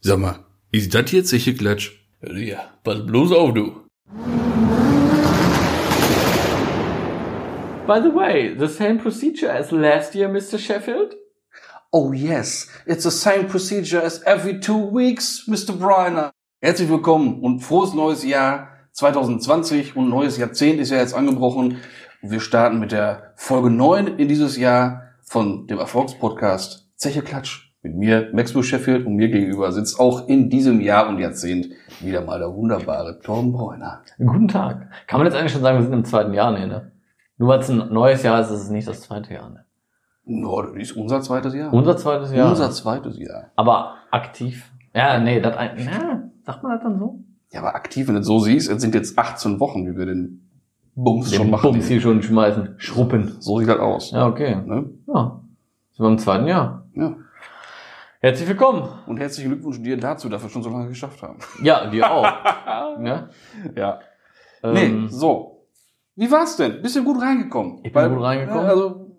Sag mal, ist das jetzt sicher Klatsch? Ja, pass bloß auf, du. By the way, the same procedure as last year, Mr. Sheffield? Oh yes, it's the same procedure as every two weeks, Mr. Briner. Herzlich willkommen und frohes neues Jahr 2020 und neues Jahrzehnt ist ja jetzt angebrochen. Wir starten mit der Folge 9 in dieses Jahr von dem Erfolgspodcast Zeche Klatsch. Mit mir, Maxwell Sheffield, und mir gegenüber sitzt auch in diesem Jahr und Jahrzehnt wieder mal der wunderbare Tom Bräuner. Guten Tag. Kann man jetzt eigentlich schon sagen, wir sind im zweiten Jahr, nee, ne? Nur weil es ein neues Jahr ist, ist es nicht das zweite Jahr, ne? No, das ist unser zweites Jahr. Unser zweites Jahr. Unser zweites Jahr. Aber aktiv. Ja, nee, das ein, ja, sagt man das dann so? Ja, aber aktiv, wenn du es so siehst, es sind jetzt 18 Wochen, wie wir den Bums schon Den machen. Bums hier schon schmeißen. Schruppen. So sieht das aus. Ja, okay. Ne? Ja. Sind wir im zweiten Jahr. Ja. Herzlich willkommen. Und herzlichen Glückwunsch dir dazu, dass wir schon so lange geschafft haben. Ja, dir auch. ne? Ja. Ähm, nee, so. Wie war's denn? Bist du gut reingekommen? Ich bin gut reingekommen. Ja, Also,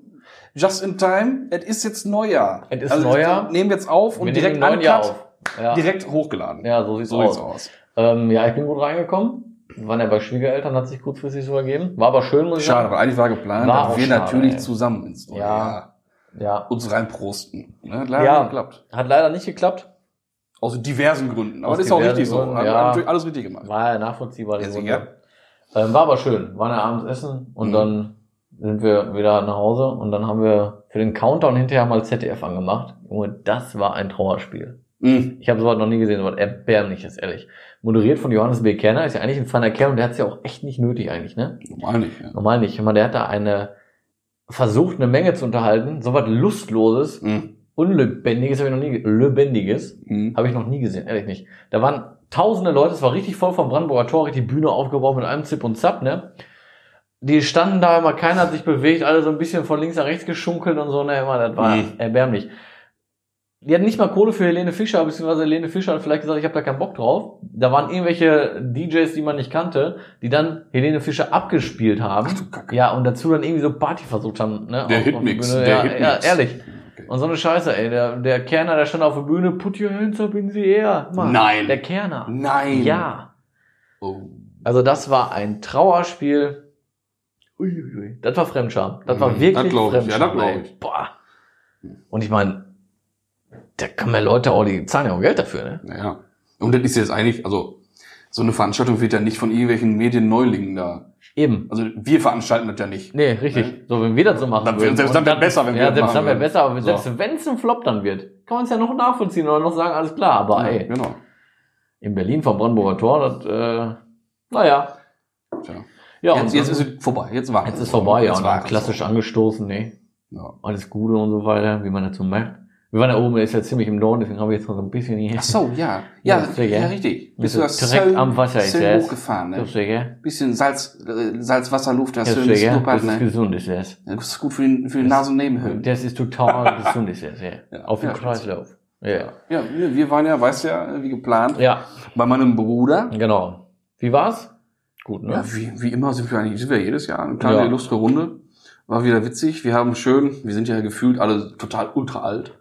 just in time. Es ist jetzt Neujahr. Es ist also, Neujahr. Wir nehmen jetzt auf und wir direkt nehmen im neuen Jahr uncut, auf. Ja. direkt hochgeladen. ja, so sieht's So aus. sieht's aus. Ähm, ja, ich bin gut reingekommen. Waren ja bei Schwiegereltern, hat sich kurzfristig so ergeben. War aber schön, muss ich Schade, sagen. weil eigentlich war geplant, War dass auch wir schade, natürlich ey. zusammen ins neue Ja. Jahr Ja, uns reinprosten. Ne? Klar, Ja. ja. geklappt. hat leider nicht geklappt. Aus diversen Gründen. Aber Aus das ist auch diversen richtig so. Gründen, Haben ja. haben natürlich alles richtig gemacht. War ja nachvollziehbar. die Ja, Runde. sicher. Ähm, war aber schön. Waren ja abends essen und Mhm. dann sind wir wieder nach Hause und dann haben wir für den Countdown hinterher mal ZDF angemacht. Junge, das war ein Trauerspiel. Mhm. Ich habe sowas noch nie gesehen, sowas erbärmliches, ehrlich. Moderiert von Johannes B. Kerner, ist ja eigentlich ein feiner Kerl und der hat's ja auch echt nicht nötig eigentlich, ne? Normal nicht. Ja. Normal nicht. Ich meine, der hat da eine, versucht eine Menge zu unterhalten, sowas Lustloses, Mhm. Unlebendiges habe ich noch nie, ge- Lebendiges Mhm. habe ich noch nie gesehen, ehrlich nicht. Da waren tausende Leute, es war richtig voll vom Brandenburger Tor, richtig die Bühne aufgebaut mit allem Zip und Zap, ne? Die standen da immer, keiner hat sich bewegt, alle so ein bisschen von links nach rechts geschunkelt und so, ne, immer, das war Mhm. erbärmlich. Die hatten nicht mal Kohle für Helene Fischer, beziehungsweise Helene Fischer hat vielleicht gesagt, ich habe da keinen Bock drauf. Da waren irgendwelche DJs, die man nicht kannte, die dann Helene Fischer abgespielt haben. Ach du Kacke. Ja, und dazu dann irgendwie so Party versucht haben, ne? Der auf- auf Hitmix, der Bühne. der ja, Hitmix. Ja, ehrlich. Okay. Und so eine Scheiße, ey. Der, der Kerner, der stand auf der Bühne, put your hands up in the air. Mann, Nein. Der Kerner. Nein. Ja. Oh. Also das war ein Trauerspiel. Uiuiui. Das war Fremdscham. Das war Mhm, wirklich das glaub ich. Fremdscham. Ja, das glaub ey. ich. Boah. Und ich meine, da kann man Leute auch, die zahlen ja auch Geld dafür, ne? Naja. Und das ist jetzt eigentlich, also, so eine Veranstaltung wird ja nicht von irgendwelchen Medienneulingen da. Eben. Also, wir veranstalten das ja nicht. Nee, richtig. So, wenn wir das so machen Dann- würden. selbst dann und wär besser, wenn wir ja, das selbst machen dann wäre würden. besser, aber So. selbst wenn es ein Flop dann wird, kann man es ja noch nachvollziehen oder noch sagen, alles klar, aber ja, ey, genau. in Berlin vom Brandenburger Tor, das, äh, naja. Tja. Ja, jetzt, und jetzt dann- ist es vorbei. Jetzt war Jetzt ist vorbei, ja. Jetzt Und war dann es. klassisch angestoßen, ne? Ja. Alles Gute und so weiter, wie man dazu merkt. Wir waren da oben, ist ja ziemlich im Norden, deswegen haben wir jetzt noch so ein bisschen hier. Ach so, ja. Ja, Ja, ja, sicher. richtig. Bist Bist du du das direkt am Wasser ist Söln das? hochgefahren, ne? Das ist ja, Bisschen Salz, äh, Salzwasserluft, das das Söln ist ja, schnuppert, das ist ne? gesund, ist das. Das ist gut für den, für den Nasen Nebenhöhlen. Das ist total gesund, ist das, ja. Ja, Auf dem ja, Kreislauf. Ja. Ja, wir, wir waren ja, weißt ja, wie geplant, ja, bei meinem Bruder. genau. Wie war's? Gut, ne? Ja, wie, wie immer sind wir eigentlich, sind wir jedes Jahr eine kleine Ja. illustre Runde. War wieder witzig. Wir haben schön, wir sind ja gefühlt alle total ultra alt.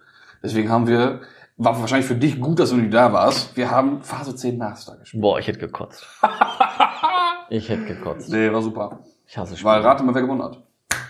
Deswegen haben wir, war wahrscheinlich für dich gut, dass du nicht da warst. Wir haben Phase 10 Master gespielt. Boah, ich hätte gekotzt. ich hätte gekotzt. Nee, war super. Ich hasse Spiele. Weil rate mal, wer gewonnen hat.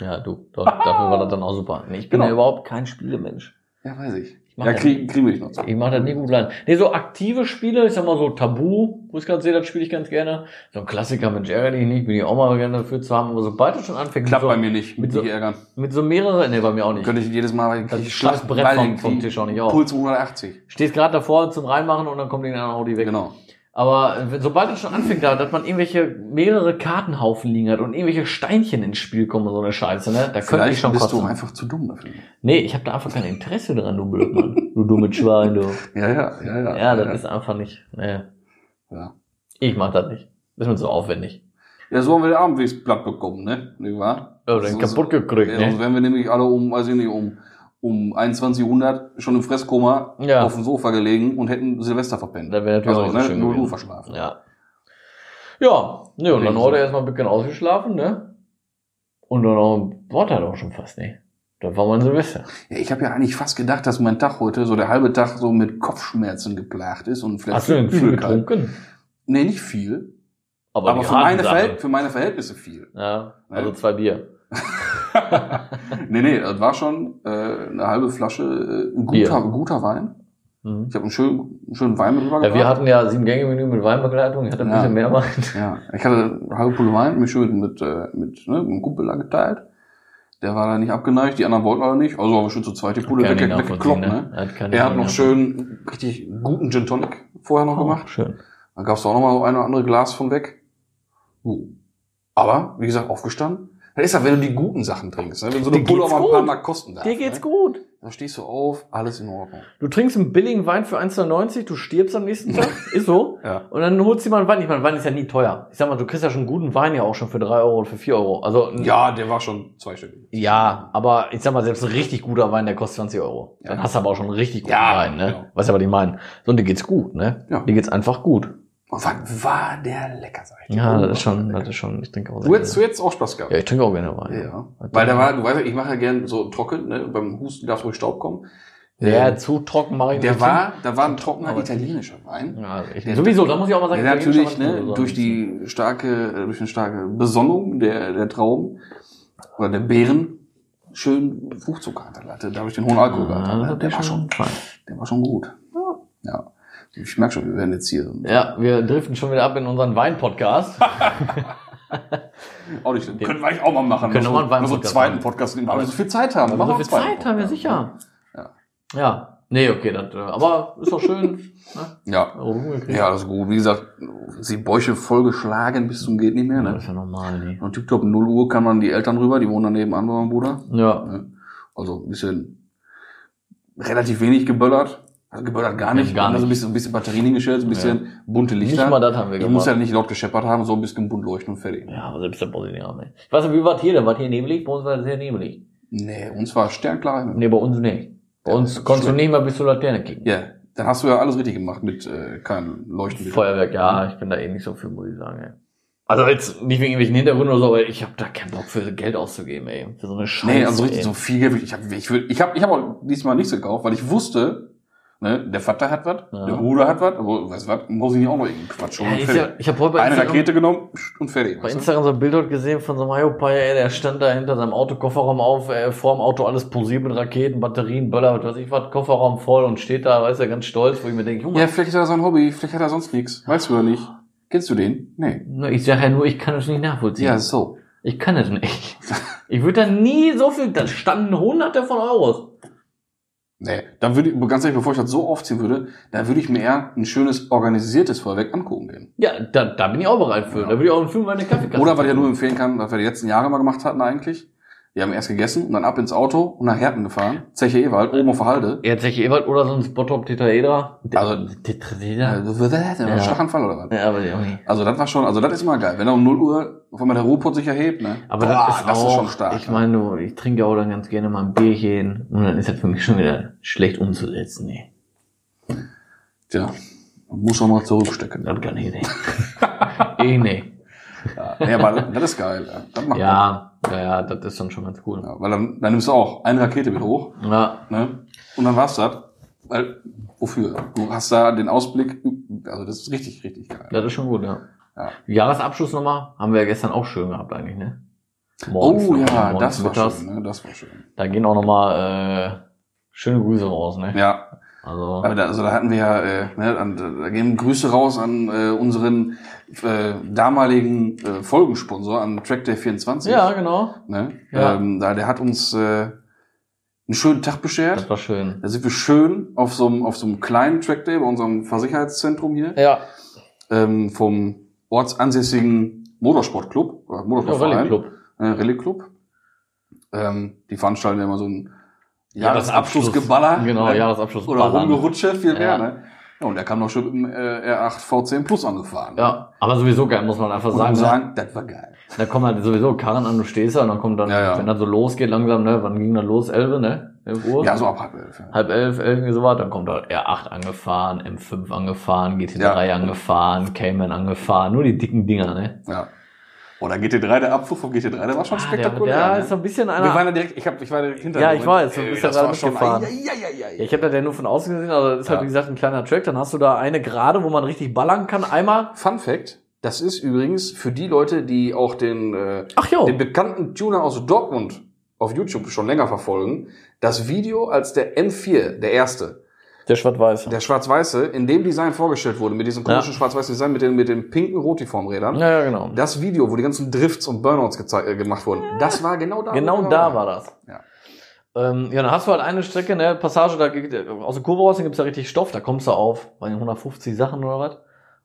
Ja, du. Doch, dafür war das dann auch super. Nee, ich bin Genau. ja überhaupt kein Spielemensch. Ja, weiß ich. mach ja, das. kriegen, kriegen wir dich noch zu. Ich mache das nie gut rein. Nee, so aktive Spiele, ich sag mal so Tabu, wo ich gerade sehe, das spiele ich ganz gerne. So ein Klassiker mit Jerry, ich nicht, bin ich auch mal gerne dafür zu haben. Aber sobald es schon anfängt, Klappt so, bei mir nicht, Genau. mit mit so- dich ärgern. mit so mehrere, nee, bei mir auch nicht. Könnte ich jedes Mal, weil ich Also Das krieg Schlachtbrett weil ich vom- vom krieg Tisch auch nicht auf. Puls 180. Stehst gerade davor zum Reinmachen und dann kommt den anderen Audi weg. Genau. Aber äh, sobald es schon anfängt, da, dass man irgendwelche mehrere Kartenhaufen liegen hat und irgendwelche Steinchen ins Spiel kommen und so eine Scheiße, ne? Da könnte ich Vielleicht schon bist du kotzen. einfach zu dumm dafür. Nee, ich habe da einfach kein Interesse dran, du Blödmann. du dummes Schwein, du. Ja, ja, ja, ja. Ja, das ist einfach nicht. Nee. Äh, Ja. Ich mach das nicht. Das ist mir zu aufwendig. ja, so haben wir den Abendwegsblatt bekommen, ne? Nicht wahr? Ja, den So- kaputt gekriegt, Ja, sonst ne? wären wir nämlich alle um, weiß ich nicht, um, um 2100 schon im Fresskoma Ja. auf dem Sofa gelegen und hätten Silvester verpennt. Also, ne, Da wäre natürlich auch nicht so schön nur gewesen. du verschlafen. Ja. Ja, ne, und dann Deswegen heute so. erstmal ein bisschen ausgeschlafen, ne? Und dann auch, war das auch schon fast, ne? Das war mein Silvester. Ja, ich habe ja eigentlich fast gedacht, dass mein Tag heute, so der halbe Tag, so mit Kopfschmerzen geplagt ist und vielleicht Hast du denn viel Übelkeit. getrunken? Nee, nicht viel. Aber, Aber die für harten meine, Sachen. Verhält für meine Verhältnisse viel. Ja, Ne? also zwei Bier. Nee, nee, das war schon äh, eine halbe Flasche äh, ein Bier. guter, guter Wein. Mhm. Ich habe einen schönen, einen schönen Wein mit Ja, rübergebracht. wir hatten ja sieben Gänge Menü mit Weinbegleitung. Ich hatte ein Ja. bisschen mehr gemacht. Ja, ich hatte eine halbe Pulle Wein, mich schön mit, äh, mit, ne, mit einem Kumpel da geteilt. Der war da nicht abgeneigt, die anderen wollten aber nicht. Also haben wir schön zu zweit die Pulle Kann ich wegge nachvollziehen, weggekloppt. Ne? Hat keine Er hat noch Ahnung. schön richtig guten Gin Tonic vorher noch Oh, gemacht. Schön. Da gab's auch noch mal so ein oder andere Glas von weg. Uh. Aber, wie gesagt, aufgestanden. Das ist ja, wenn du die guten Sachen trinkst. Ne? Wenn so eine Dir Pulle auch geht's mal ein paar gut. Mal kosten darf. Dir geht's ne? gut. Da stehst du auf, alles in Ordnung. Du trinkst einen billigen Wein für 1,90, du stirbst am nächsten Tag, ist so. Ja. Und dann holst du dir mal einen Wein. Ich meine, Wein ist ja nie teuer. Ich sag mal, du kriegst ja schon guten Wein ja auch schon für 3 Euro oder für 4 Euro. Also, n- Ja, der war schon zweistellig. ja, aber ich sag mal, selbst ein richtig guter Wein, der kostet 20 Euro. Ja. Dann hast du aber auch schon einen richtig guten Ja, Wein, ne? genau. Weißt du, was ich meine? So, und dir geht's gut, ne? Ja. Dir geht's einfach gut. Und was war der lecker, sag ich dir. Ja, das ist Unfassbar schon, lecker. das ist schon, ich trinke auch Du hättest, gerne. du hättest auch Spaß gehabt. Ja, ich trinke auch gerne Wein. Ja. Was Weil da denn? war, du weißt ja, ich mache ja gern so trocken, ne? beim Husten darf ruhig Staub kommen. Ja, Ähm, zu trocken mache ich der nicht. war, da war ein trockener Aber- italienischer Wein. Ja, ich, Der- sowieso, da muss ich auch mal sagen, ja, ich trinke natürlich, schon mal ne, so durch ein bisschen. die starke, äh, durch eine starke Besonnung der, der Trauben oder der Beeren schön Fruchtzucker hatte, hatte dadurch den hohen Alkohol gehabt. Ah, ne? der Der war ist schon schon, fein. der war schon gut. Ja. Ich merke schon, wir werden jetzt hier Ja, wir driften schon wieder ab in unseren Wein-Podcast. auch nicht. Können wir eigentlich auch mal machen. Können wir noch mal einen so- noch so einen zweiten Wein-Podcast machen. Podcast nehmen, weil wir so viel Zeit haben. Weil wir Machen so wir viel einen zweiten Also Zeit haben, ja Podcast. Ja. sicher. Ja. Nee, okay, das, äh, aber ist doch schön. ne? Ja. Rumgekriegt. Ja, alles gut. Wie gesagt, die Bäuche vollgeschlagen bis zum geht nicht mehr. Das Ne? ist ja normal, nee. Und tiptop 0 Uhr kann man die Eltern rüber, die wohnen daneben an bei meinem Bruder. Ja. Also ein bisschen relativ wenig geböllert. Also geböllert gar nicht. Ja, gar nicht. Also ein bisschen, ein bisschen Batterien hingestellt, ein bisschen bunte Nicht Lichter. mal das haben wir ich gemacht. muss ja nicht laut gescheppert haben, so ein bisschen bunt leuchten und fertig. ja, aber selbst der Brasilien auch nicht. Ich weiß nicht, wie war hier denn? War hier nebelig? Bei uns war es sehr nebelig. Nee, uns war sternklar. Himmel. Nee, bei uns nicht. Bei Ja, uns das ist konntest schlecht. du nicht mal bis zur Laterne kicken. Ja, dann hast du ja alles richtig gemacht mit äh, keinem Leuchten. Feuerwerk, ja, ich bin da eh nicht so für, muss ich sagen, ey. Also jetzt nicht wegen irgendwelchen Hintergründen oder so, aber ich habe da keinen Bock für Geld auszugeben, ey. Für so eine Scheiße. Nee, also richtig ey. so viel Geld. Ich habe ich will- ich hab, ich hab auch diesmal nichts gekauft, weil ich wusste, ne, der Vater hat was, Ja. der Bruder hat was, aber weißt du was, muss ich nicht auch noch irgendeinen Quatsch holen. Ja, ist ja, fertig. ich habe heute bei Eine Instagram- Rakete genommen pst, und fertig. Bei weißt du? Instagram so ein Bild heute gesehen von so einem Hyopai, ey, der stand da hinter seinem Auto, Kofferraum auf, äh, vor dem Auto alles posiert mit Raketen, Batterien, Böller, was weiß ich was, Kofferraum voll und steht da, weiß er, ganz stolz, wo ich mir denke, Junge, Ja, vielleicht hat er sein Hobby, vielleicht hat er sonst nichts. Weißt du ja nicht. Kennst du den? Nee. ne, ich sage ja nur, ich kann das nicht nachvollziehen. Ja, so. Ich kann das nicht. Ich würde da nie so viel, da standen hunderte von Euros. Nee, dann würde ich, ganz ehrlich, bevor ich das so aufziehen würde, dann würde ich mir eher ein schönes organisiertes Feuerwerk angucken gehen. Ja, da, da bin ich auch bereit für. Ja. Da würde ich auch einen Film meine Kaffeekasse. Oder was ich ja nur empfehlen kann, was wir die letzten Jahre mal gemacht hatten eigentlich. Wir haben erst gegessen und dann ab ins Auto und nach Herten gefahren. Zeche Ewald, oben auf der Halde. Ja, Zeche Ewald oder so ein Spotop Tetraedra. Also- Tetraedra? Ja. Schlaganfall oder was? Ja, aber irgendwie. Also das war schon, also das ist immer geil, wenn er um 0 Uhr auf einmal der Ruhrpott sich erhebt, ne? Aber Boah, das, ist, auch, schon stark. ne? Ich meine, du, ich trinke auch dann ganz gerne mal ein Bierchen und dann ist das für mich schon wieder schlecht umzusetzen. Nee, Tja, muss auch mal zurückstecken. das kann ich nicht. eh nee. Ja, nee, aber das ist geil. ja. Das macht Bock. Ja, ja, ja, das ist dann schon ganz cool. ja. Weil dann, dann nimmst du auch eine Rakete mit hoch, Ja, ne? Und dann war's das. Weil, wofür? Du hast da den Ausblick, also das ist richtig, richtig geil. das ist schon gut, ja. Ja. Jahresabschluss nochmal haben wir ja gestern auch schön gehabt eigentlich, ne? Morgens oh noch, ja, morgens, das war mittags. schön, ne? Das war schön. Da gehen auch nochmal äh, schöne Grüße raus, ne? Ja, Also, Aber da, also da hatten wir ja, äh, ne, an, da geben Grüße raus an äh, unseren äh, damaligen äh, Folgensponsor, an Track Day 24. ja, genau. Ne? Ja. Ähm, da, der hat uns äh, einen schönen Tag Das beschert. war schön. Da sind wir schön auf so einem, auf so einem kleinen Track Day bei unserem Versicherheitszentrum hier Ja, ähm, vom ortsansässigen Motorsportclub oder ja Motorsportverein, Rallye Rallye Club. Club. Äh, Rallye Club. Ähm, die veranstalten ja immer so ein Jahresabschluss. Jahresabschlussgeballer. Genau, ne? Jahresabschluss. Oder ballern. rumgerutsche, viel Ja. mehr, ne? Ja, und er kam noch schon mit dem äh, R8 V10 Plus angefahren. Ja, aber sowieso geil, muss man einfach Und sagen, sagen. sagen, das war geil. Da kommen halt sowieso Karren an, du stehst da und dann kommt dann, Ja, ja. wenn das so losgeht langsam, ne, wann ging das los? 11, ne? 11 Uhr? Ja, so ab äh, halb elf. Ja. Halb elf, elf, irgendwie sowas, dann kommt halt R8 angefahren, M5 angefahren, GT3 angefahren, Cayman angefahren, nur die dicken Dinger, ne? ja. Oder GT3, der Abflug von GT3, der war schon Ah, der, spektakulär. der ne? ist so ein bisschen einer. wir waren ja direkt, ich, hab, ich war hinter Ja, dir ich und- weiß, du Ey, bist das ja gerade war schon- mitgefahren. Ja, ja, ja, Ja, ja. ich habe da ja nur von außen gesehen, also das ist halt Ja. wie gesagt ein kleiner Track. Dann hast du da eine Gerade, wo man richtig ballern kann. Einmal. Fun Fact, das ist übrigens für die Leute, die auch den, äh, Ach jo. den bekannten Tuner aus Dortmund auf YouTube schon länger verfolgen, das Video, als der M4, der erste, Der schwarz-weiß. der schwarz-weiße in dem Design vorgestellt wurde, mit diesem komischen Ja. schwarz-weißen Design, mit den, mit den pinken Rotiformrädern. Ja, ja, genau. Das Video, wo die ganzen Drifts und Burnouts gezei- äh, gemacht wurden, das war genau da. Genau wo wir da waren. war das. Ja. Ähm, ja, dann hast du halt eine Strecke, ne, Passage, da geht- aus der Kurve raus, dann gibt's da richtig Stoff, da kommst du auf, bei den 150 Sachen oder was?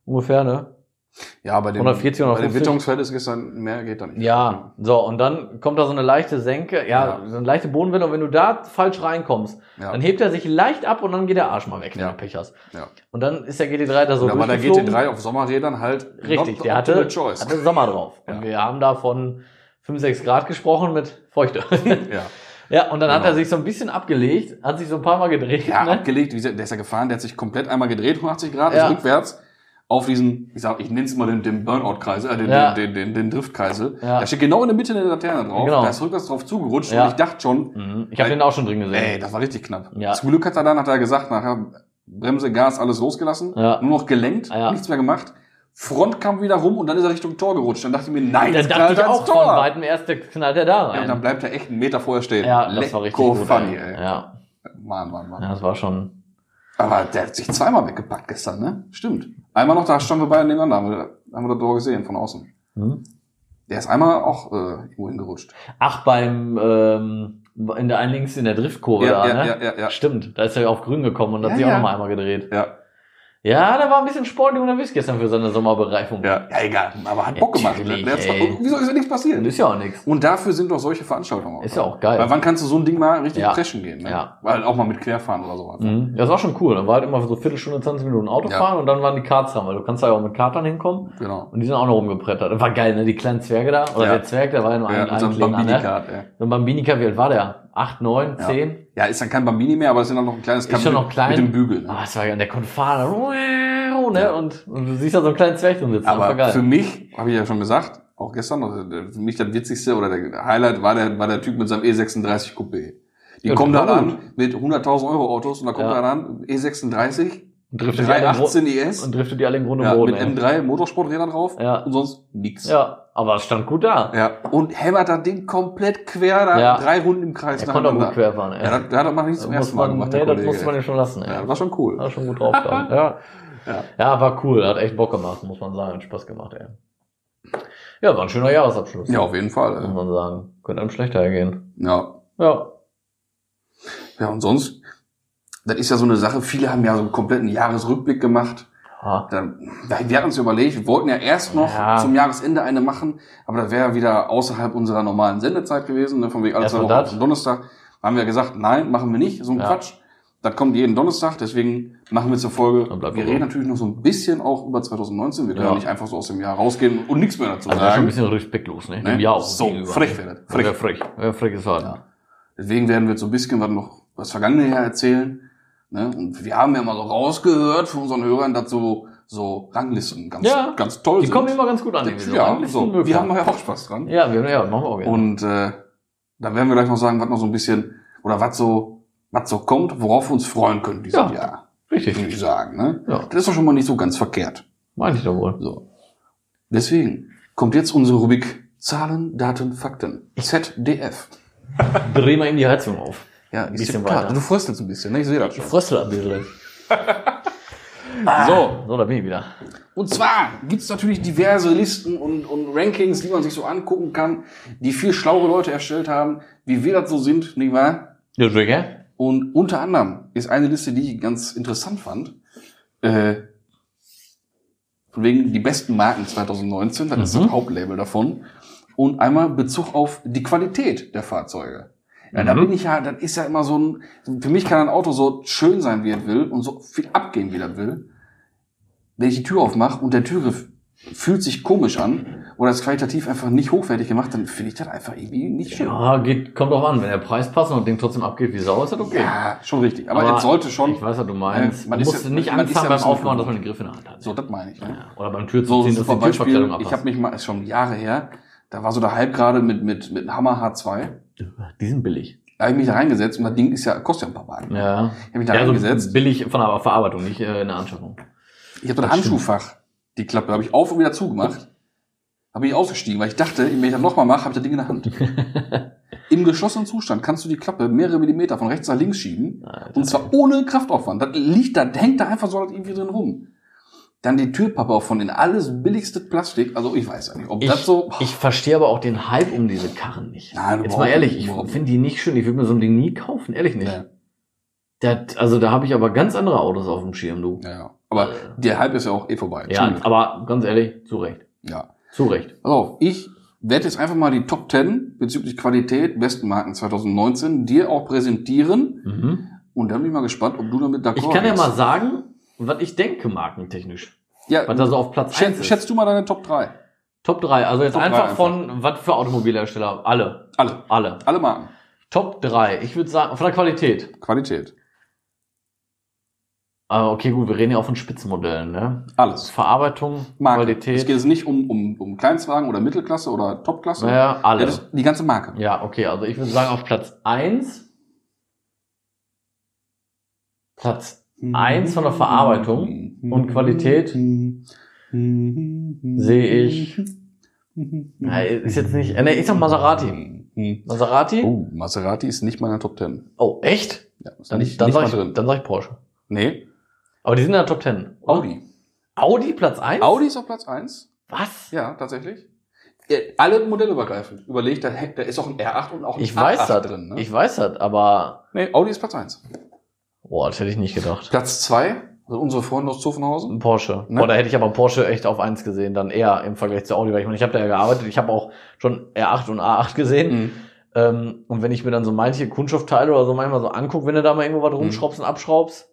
Ungefähr, ne? Ja, bei dem, 140 oder bei dem 150. Witterungsfeld ist gestern mehr geht da nicht. Ja, so, und dann kommt da so eine leichte Senke, Ja. ja, so eine leichte Bodenwelle, und wenn du da falsch reinkommst, ja. dann hebt er sich leicht ab und dann geht der Arsch mal weg, wenn Ja. du Pech hast. Ja. Genau, Und dann ist der GT3 da so Und da war der durchgeflogen. GT3 auf Sommerrädern halt Richtig, not der optimal hatte, choice. hatte Sommer drauf. Und Ja. wir haben da von 5, 6 Grad gesprochen mit Feuchte. ja. ja, und dann hat Genau. er sich so ein bisschen abgelegt, hat sich so ein paar Mal gedreht. ja, ne? abgelegt, wie gesagt, der ist ja gefahren, der hat sich komplett einmal gedreht, 180 Grad, Ja. ist rückwärts auf diesen, ich sag, ich nenn's mal den, den Burnout-Kreisel, äh, den, Ja. den, den, den Drift-Kreisel. Ja. Da steht genau in der Mitte eine Laterne drauf, Genau. da ist rückwärts drauf zugerutscht Ja. und ich dachte schon, Mhm. Ich habe den auch schon drin gesehen. ey, das war richtig knapp. Ja. Zum Glück hat er dann, hat er gesagt, nachher Bremse, Gas, alles losgelassen, Ja. nur noch gelenkt, Ja. nichts mehr gemacht. Front kam wieder rum und dann ist er Richtung Tor gerutscht. Dann dachte ich mir, nein, dann jetzt knallt dachte ich er ins auch von weitem erst, der knallt er da Ja, und rein. dann bleibt er echt einen Meter vorher stehen. Ja, das war richtig Lecko gut. funny, ey. ey. Ja. Mann, Mann, Mann. ja, das war schon. Aber der hat sich zweimal weggepackt gestern, ne? Stimmt. Einmal noch, da standen wir beide nebeneinander, haben wir, haben wir das Tor gesehen von außen. Hm? Der ist einmal auch äh, irgendwo hingerutscht. Ach, beim ähm, in der einen links in der Driftkurve da, ja, ne? ja, ja, ja. Stimmt, da ist er auf grün gekommen und hat Ja, sich auch ja. noch mal einmal gedreht. Ja, Ja, da war ein bisschen sportlich unterwegs gestern für seine Sommerbereifung. ja, ja, egal. Aber hat Bock gemacht. Ne? Natürlich, Der hat's- ey. wieso ist ja nichts Und passiert? ist ja auch nichts. Und dafür sind doch solche Veranstaltungen Ist ja da. auch geil. Weil wann kannst du so ein Ding mal richtig Ja. preschen gehen? Ne? Ja. Weil auch mal mit Querfahren oder sowas. Mhm. Das war schon cool. Dann war halt immer so Viertelstunde, 20 Minuten Auto Ja. fahren und dann waren die Karts dran, weil du kannst da ja auch mit Kartern hinkommen. Genau. Und die sind auch noch rumgebrettert. Das war geil, ne? Die kleinen Zwerge da. Oder Ja. der Zwerg, der war ja nur ein, Ja, ein unser kleiner, ne? Bambini-Kart, ey. So ein Bambinika, wie alt war der? Acht, neun, Ja. zehn? Ja, ist dann kein Bambini mehr, aber es ist dann noch ein kleines Ist schon noch klein. mit dem Bügel. Ne? Ah, das war geil. Und der konnte fahren. Wow, Ne? Ja. Und, und du siehst da so einen kleinen Zwerg drin sitzen. das war Aber geil. für mich, habe ich ja schon gesagt, auch gestern, noch, äh, für mich das witzigste oder der Highlight war der, war der Typ mit seinem E36 Coupé. Die Ja, kommen da genau. an mit 100.000 Euro Autos und da kommt Ja. er E dann E36, und driftet die alle im Ru- 318 IS, und driftet die alle im Grunde E ja, Boden. mit ey. M3 Motorsporträder drauf Ja. und sonst nix. Ja, aber es stand gut da. Ja. Und hämmert das Ding komplett quer, da Ja. drei Runden im Kreis. er konnte auch gut nacheinander. quer fahren. ey. Ja, das, das hat man nicht zum muss ersten Mal man, gemacht, nee, der das Kollege. musste man ja schon lassen. ey. ja, das war schon cool. Ja, schon gut drauf dann. ja. Ja. Ja. war cool. Hat echt Bock gemacht, muss man sagen. Hat Spaß gemacht, ey. Ja, war ein schöner Jahresabschluss. Ja, auf jeden Fall. Muss ey. man sagen. Könnte einem schlechter ergehen. Ja. Ja. Ja, und sonst, das ist ja so eine Sache, viele haben ja so einen kompletten Jahresrückblick gemacht. Ah. Dann, wir hatten uns überlegt, wir wollten ja erst noch Ja. zum Jahresende eine machen, aber das wäre ja wieder außerhalb unserer normalen Sendezeit gewesen, ne, von wegen alle Erst zwei mal Wochen das. am Donnerstag. Haben wir gesagt, nein, machen wir nicht, so ein Ja. Quatsch. Das kommt jeden Donnerstag, deswegen machen wir zur Folge. Dann bleibt Wir so. reden natürlich noch so ein bisschen auch über 2019. Wir können ja. Ja. nicht einfach so aus dem Jahr rausgehen und nichts mehr dazu Also das ist schon ein sagen. bisschen respektlos, ne? Ne? Dem Jahr So, gegenüber, frech ne? wäre das. Frech. Frech. Wäre frech. halt. Wäre freches Verhalten. Ja. Deswegen werden wir jetzt so ein bisschen was noch was vergangene Jahr erzählen. Ne? Und wir haben ja mal so rausgehört von unseren Hörern, dass so, so Ranglisten ganz, Ja. ganz toll Die sind. kommen immer ganz gut an. die Wieso. ja, Eigentlich sind so. möglich. Wir haben ja auch Spaß dran. ja, wir, ja, machen wir auch gerne. Und äh, dann werden wir gleich noch sagen, was noch so ein bisschen, oder was so, was so kommt, worauf wir uns freuen können dieses Ja. Jahr. Würde ich Richtig. sagen. Ne? Ja. Das ist doch schon mal nicht so ganz verkehrt. Meine ich doch wohl. So. Deswegen kommt jetzt unsere Rubrik Zahlen, Daten, Fakten. ZDF. Dreh mal eben die Heizung auf. Ja, Ein ist bisschen dir klar. weiter. Du fröstelst ein bisschen, ne? Ich sehe das schon. Fröstel ein bisschen. So, So, da bin ich wieder. und zwar gibt's natürlich diverse Listen und, und Rankings, die man sich so angucken kann, die viel schlaue Leute erstellt haben, wie wir das so sind, nicht wahr? Ja, Digga. Und unter anderem ist eine Liste, die ich ganz interessant fand, äh, von wegen die besten Marken 2019, das ist das Hauptlabel davon, und einmal Bezug auf die Qualität der Fahrzeuge. Ja, da Mhm. bin ich ja, das ist ja immer so ein, für mich kann ein Auto so schön sein, wie es will, und so viel abgehen, wie er will wenn ich die Tür aufmache und der Türgriff fühlt sich komisch an oder ist qualitativ einfach nicht hochwertig gemacht, dann finde ich das einfach irgendwie nicht schön. Ja, Ja, geht, kommt drauf an. Wenn der Preis passt und das Ding trotzdem abgeht wie Sau, ist das okay. schon richtig. Aber, jetzt sollte schon. Ich weiß, was du meinst. Äh, man man ist musst ja- nicht man ist ja anfangen ein beim bisschen Aufmachen, dass verwirrt. man den Griff in der Hand hat. So, das meine ich. Ne? ja. Oder beim Türziehen, So, dass super die Türverkleidung Beispiel. abpasst. Ich habe mich mal, ist schon Jahre her, Da war so der Halbgrade mit, mit, mit einem Hammer H2. Die sind billig. Da habe ich mich da reingesetzt und das Ding ist ja, kostet ja ein paar Wagen. Ja. Ich habe mich da Ja, reingesetzt. so billig von der Verarbeitung, nicht äh, in der Anschaffung. Ich habe so ein Das stimmt. Handschuhfach, die Klappe, habe ich auf und wieder zugemacht. Habe ich ausgestiegen, weil ich dachte, wenn ich das nochmal mache, habe ich das Ding in der Hand. Im geschlossenen Zustand kannst du die Klappe mehrere Millimeter von rechts nach links schieben. Alter. Und zwar ohne Kraftaufwand. Das liegt da, hängt da einfach so irgendwie drin rum. Dann die Türpappe auch von den alles billigste Plastik. Also ich weiß ja nicht, ob Ich, das so. ich verstehe aber auch den Hype um diese Karren nicht. Nein, Jetzt überhaupt mal ehrlich, nicht, ich überhaupt finde die nicht schön. Ich würde mir so ein Ding nie kaufen, ehrlich nicht. Nee. Das, also da habe ich aber ganz andere Autos auf dem Schirm, du. Ja, ja. Aber der Hype ist ja auch eh vorbei. Ja, Entschuldigung. aber ganz ehrlich, zu Recht. ja. Zu Recht. Pass auf, ich werde jetzt einfach mal die Top 10 bezüglich Qualität, besten Marken 2019 dir auch präsentieren. Mhm. Und dann bin ich mal gespannt, ob du damit d'accord Ich kann ja bist. mal sagen, was ich denke, markentechnisch. Ja, Was da so auf Platz 1 schätz, ist. schätzt du mal deine Top 3? Top 3, also jetzt Top drei einfach einfach. von was für Automobilhersteller? Alle. Alle. Alle. Alle Marken. Top 3, ich würde sagen, von der Qualität. Qualität. Ah, okay, gut, wir reden ja auch von Spitzenmodellen, ne? Alles. Verarbeitung, Marke. Es Qualität. geht jetzt nicht um, um, um Kleinstwagen oder Mittelklasse oder Topklasse. Ja, Ja, alle. das ist die ganze Marke. Ja, okay, also ich würde sagen auf Platz 1. Platz Eins von der Verarbeitung und Qualität sehe sehe ich. Na, ist jetzt nicht. äh, Ne, ich sag Maserati. Maserati? Oh, Maserati ist nicht meiner Top 10. Oh, echt? Ja, ist Dann, nicht, dann, nicht sag mal ich, drin. dann sag ich Porsche. nee, Aber die sind in der Top 10. oder? Audi. Audi Platz 1? Audi ist auf Platz 1. Was? Ja, tatsächlich. Ja, Alle Modelle übergreifend. Überlegt, da, hängt- da ist auch ein R8 und auch ein Ich weiß A8 das. drin. Ne? Ich weiß das, aber. nee, Audi ist Platz 1. Boah, das hätte ich nicht gedacht. Platz 2, also unsere Freunde aus Zuffenhausen. Ein Porsche. Ne? Boah, da hätte ich aber Porsche echt auf 1 gesehen, dann eher im Vergleich zu Audi, weil ich meine, ich habe da ja gearbeitet, ich habe auch schon R8 und A8 gesehen. Mhm. Ähm, und wenn ich mir dann so manche Kunststoffteile oder so manchmal so angucke, wenn du da mal irgendwo Mhm. was rumschraubst und abschraubst.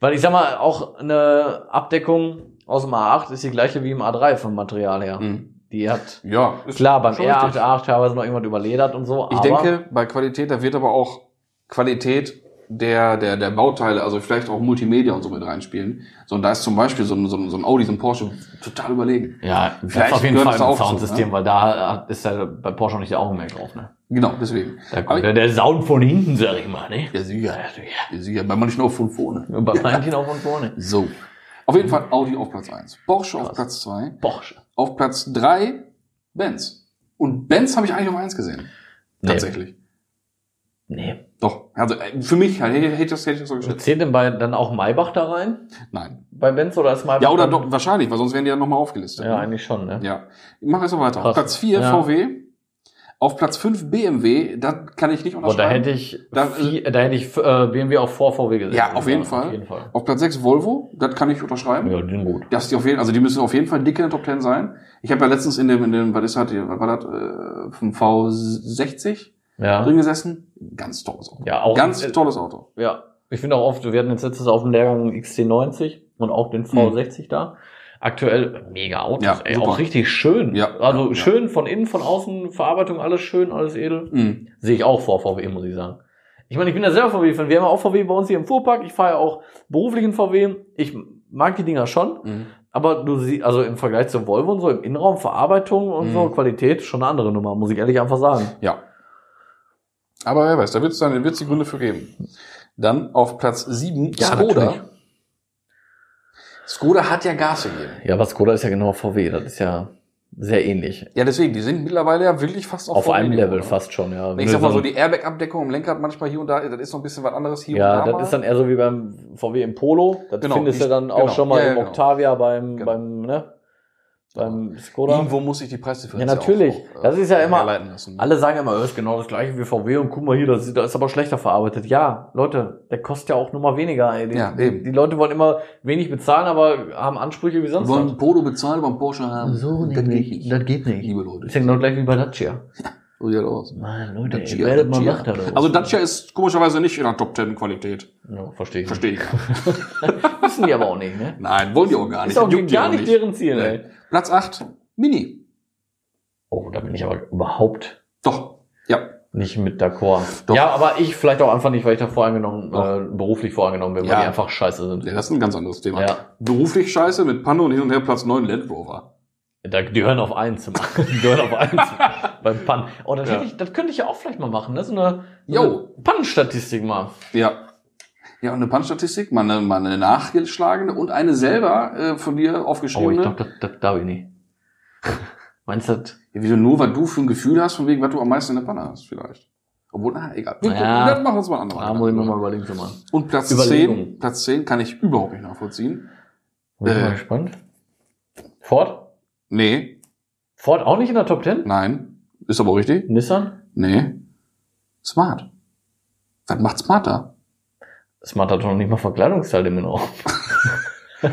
Weil ich sag mal, auch eine Abdeckung aus dem A8 ist die gleiche wie im A3 vom Material her. Mhm. Die hat, Ja, ist klar, beim schon R8, richtig. A8 teilweise noch irgendwas überledert und so. Ich aber denke, bei Qualität, da wird aber auch Qualität der, der, der Bauteile, also vielleicht auch Multimedia und so mit reinspielen. So, und da ist zum Beispiel so ein, so ein, so ein Audi, so ein Porsche total überlegen. Ja, Vielleicht vielleicht auf jeden gehört Fall das auch ein zu, Soundsystem, ne? weil da hat- ist ja bei Porsche auch nicht der Augenmerk drauf, ne? Genau, deswegen. Da Aber- kommt der, der Sound von hinten, sag ich mal, ne? Ja, sicher. Ja, sicher. Bei manchen auch von vorne. Und ne? Bei manchen auch von vorne. So. Auf jeden Fall Audi auf Platz 1. Porsche auf Krass. Platz 2. Porsche. Auf Platz 3 Benz. Und Benz habe ich eigentlich auf 1 gesehen. Nee. Tatsächlich. Nee. Doch. Also äh, für mich halt, hätte hätte ich das, hätte ich das so geschätzt. Zählt denn bei, dann auch Maybach da rein? Nein. bei Benz oder ist mal Ja, oder doch, wahrscheinlich, weil sonst wären die ja nochmal aufgelistet. Ja, ne? eigentlich schon, ne? Ja. Ich mache jetzt noch weiter. Auf Krass. Platz 4 Ja. VW. Auf Platz 5 BMW. Da kann ich nicht Boah, unterschreiben. da hätte ich Da- also viel, da hätte ich äh, BMW auch vor VW gesetzt. Ja, auf jeden Fall. Auf jeden Fall. auf Platz 6 Volvo. Das kann ich unterschreiben. Ja, die sind gut. Dass die auf jeden, also die müssen auf jeden Fall dick in der Top 10 sein. Ich habe ja letztens in dem, in dem, was ist das, hier, was war das, äh, vom V60 Ja. drin gesessen. Ganz tolles Auto. Ja, auch Ganz äh, tolles Auto. ja. Ich finde auch oft, wir hatten jetzt letztes auf dem Lehrgang einen XC90 und auch den V60 da. Aktuell mega Autos, Ja, ey, super. auch richtig schön. Ja, also ja, ja. schön von innen, von außen, Verarbeitung, alles schön, alles edel. Mhm. Sehe ich auch vor VW, muss ich sagen. Ich meine, ich bin ja selber VW-Fan. Wir haben ja auch VW bei uns hier im Fuhrpark. Ich fahre ja auch beruflich in VW. Ich mag die Dinger schon. Mhm. Aber du siehst, also im Vergleich zu Volvo und so, im Innenraum, Verarbeitung und so, Mhm. Qualität, schon eine andere Nummer, muss ich ehrlich einfach sagen. Ja. Aber wer weiß, da wird es dann, wird's die Gründe für geben. Dann auf Platz 7 Ja, Skoda. natürlich. Skoda hat ja Gas gegeben. Ja, aber Skoda ist ja genau VW, das ist ja sehr ähnlich. Ja, deswegen, die sind mittlerweile ja wirklich fast Auf, Formel einem Niveau, Level ne? fast schon, ja. Ich sag mal so, die Airbag-Abdeckung im Lenkrad manchmal hier und da, das ist noch ein bisschen was anderes hier ja, und da. das ist dann eher so wie beim VW im Polo. Das Genau, findest du die- dann auch genau. schon mal Ja, ja, im genau. Octavia, beim, Genau. beim, ne? Beim oder? Skoda. Irgendwo muss ich die Preisdifferenz Ja, natürlich. Das ist ja immer- äh, herleiten lassen. Alle sagen immer, das ist genau das gleiche wie VW und guck mal hier, das, das ist aber schlechter verarbeitet. Ja, Leute, der kostet ja auch nur mal weniger. Ey. Die, Ja, eben. die Leute wollen immer wenig bezahlen, aber haben Ansprüche wie sonst wollen was. ein Polo bezahlen, aber einen Porsche haben. das geht nicht. Das geht nicht. Liebe Das ist Leute. ja genau gleich wie bei Dacia. So sieht das aus. Mann, Leute, Dacia, ihr werdet mal Dacia. wach daraus. Also Dacia ist komischerweise nicht in der Top 10 Qualität. ja, verstehe ich. Verstehe ich. nicht. Wissen die aber auch nicht, ne? Nein, wollen die auch gar nicht. Ist auch Juckt die gar auch nicht deren Ziel, Nee. ey. Platz 8, Mini. Oh, da bin ich aber überhaupt Doch. Ja. nicht mit d'accord. Doch. Ja, aber ich vielleicht auch einfach nicht, weil ich da vorangenommen, Doch. äh, beruflich vorangenommen bin, weil Ja. die einfach scheiße sind. ja, das ist ein ganz anderes Thema. Ja. Beruflich scheiße mit Panne und hin und her Platz 9 Land Rover. Da, die hören auf eins zum Die hören auf eins beim Pannen. Oh, das, hätte ich, das könnte ich ja auch vielleicht mal machen, ne? So eine, so eine Jo. Pannenstatistik mal. Ja. Ja, und eine Punch-Statistik, mal eine, mal eine nachgeschlagene und eine selber äh, von dir Oh, ich aufgeschriebene. glaube, das, das darf ich nicht. Meinst du das? ja, wieso nur, was du für ein Gefühl hast, von wegen, was du am meisten in der Panne hast, vielleicht. Obwohl, na, egal. Wir Ja. gucken, das machen wir uns mal andere Da muss ich mir mal überlegen zu machen. Und Platz Überlegung. 10, Platz 10 kann ich überhaupt nicht nachvollziehen. Bin ich Äh. mal gespannt. Ford? Nee, Ford auch nicht in der Top 10? nein. Ist aber richtig. Nissan? Nee. Smart. Was macht smarter? Smart hat doch noch nicht mal Verkleidungsteile im Innenraum.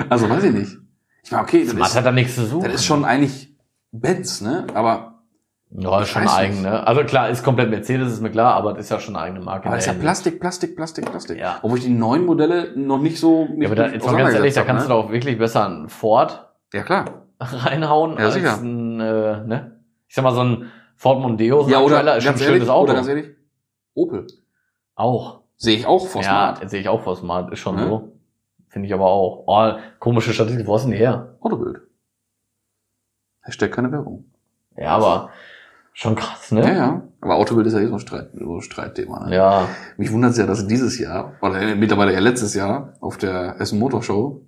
Also, weiß ich nicht. Ich meine, okay, das Smart hat ist, da nichts zu suchen. das ist schon eigentlich Benz, ne? Aber, ja, ist Ich schon weiß eigen, nicht. ne? Also klar, ist komplett Mercedes, ist mir klar, aber das ist ja schon eine eigene Marke. aber in das ist ja der Hinsicht. Plastik, Plastik, Plastik, Plastik. Ja. Obwohl ich die neuen Modelle noch nicht ne? so Ja, aber da, jetzt mal ganz ehrlich, da kannst du doch wirklich besser einen Ford doch. ne? Ja, klar. reinhauen Ja, als sicher. ein, äh, ne? Ich sag mal, so ein Ford Mondeo, so Ja, ein oder, aktueller, ist schon ein ganz schönes ehrlich, Auto. oder ganz ehrlich, Opel. auch. Sehe ich auch vor ja, Smart. jetzt sehe ich auch vor Smart, ist schon Ja. so. Finde ich aber auch. Oh, komische Statistik, wo ist denn die her? Autobild. Hashtag keine Werbung. Ja, aber schon krass, ne? Ja, ja. Aber Autobild ist ja eh so ein, Streit, so ein Streitthema. Ne? Ja, Mich wundert es ja, dass dieses Jahr, oder mittlerweile ja letztes Jahr, auf der Essen Motor Show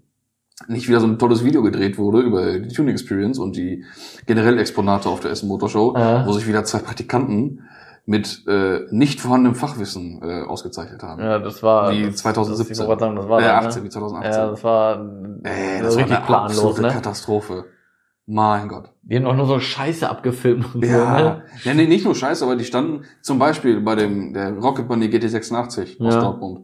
nicht wieder so ein tolles Video gedreht wurde über die Tuning Experience und die generell Exponate auf der Essen Motor Show, Ja. wo sich wieder zwei Praktikanten mit äh, nicht vorhandenem Fachwissen äh, ausgezeichnet haben. ja, das war. Wie das- 2017. Das, ich wollte sagen, das war äh, dann, 18, wie ne? 2018. Ja, das war Ey, äh, das war richtig eine planlos, absolute ne? Katastrophe. Mein Gott. Die haben auch nur so Scheiße abgefilmt und so, Ja. ne? ja nee, nicht nur Scheiße, aber die standen zum Beispiel bei dem der Rocket Bunny GT86 aus Ja. Dortmund.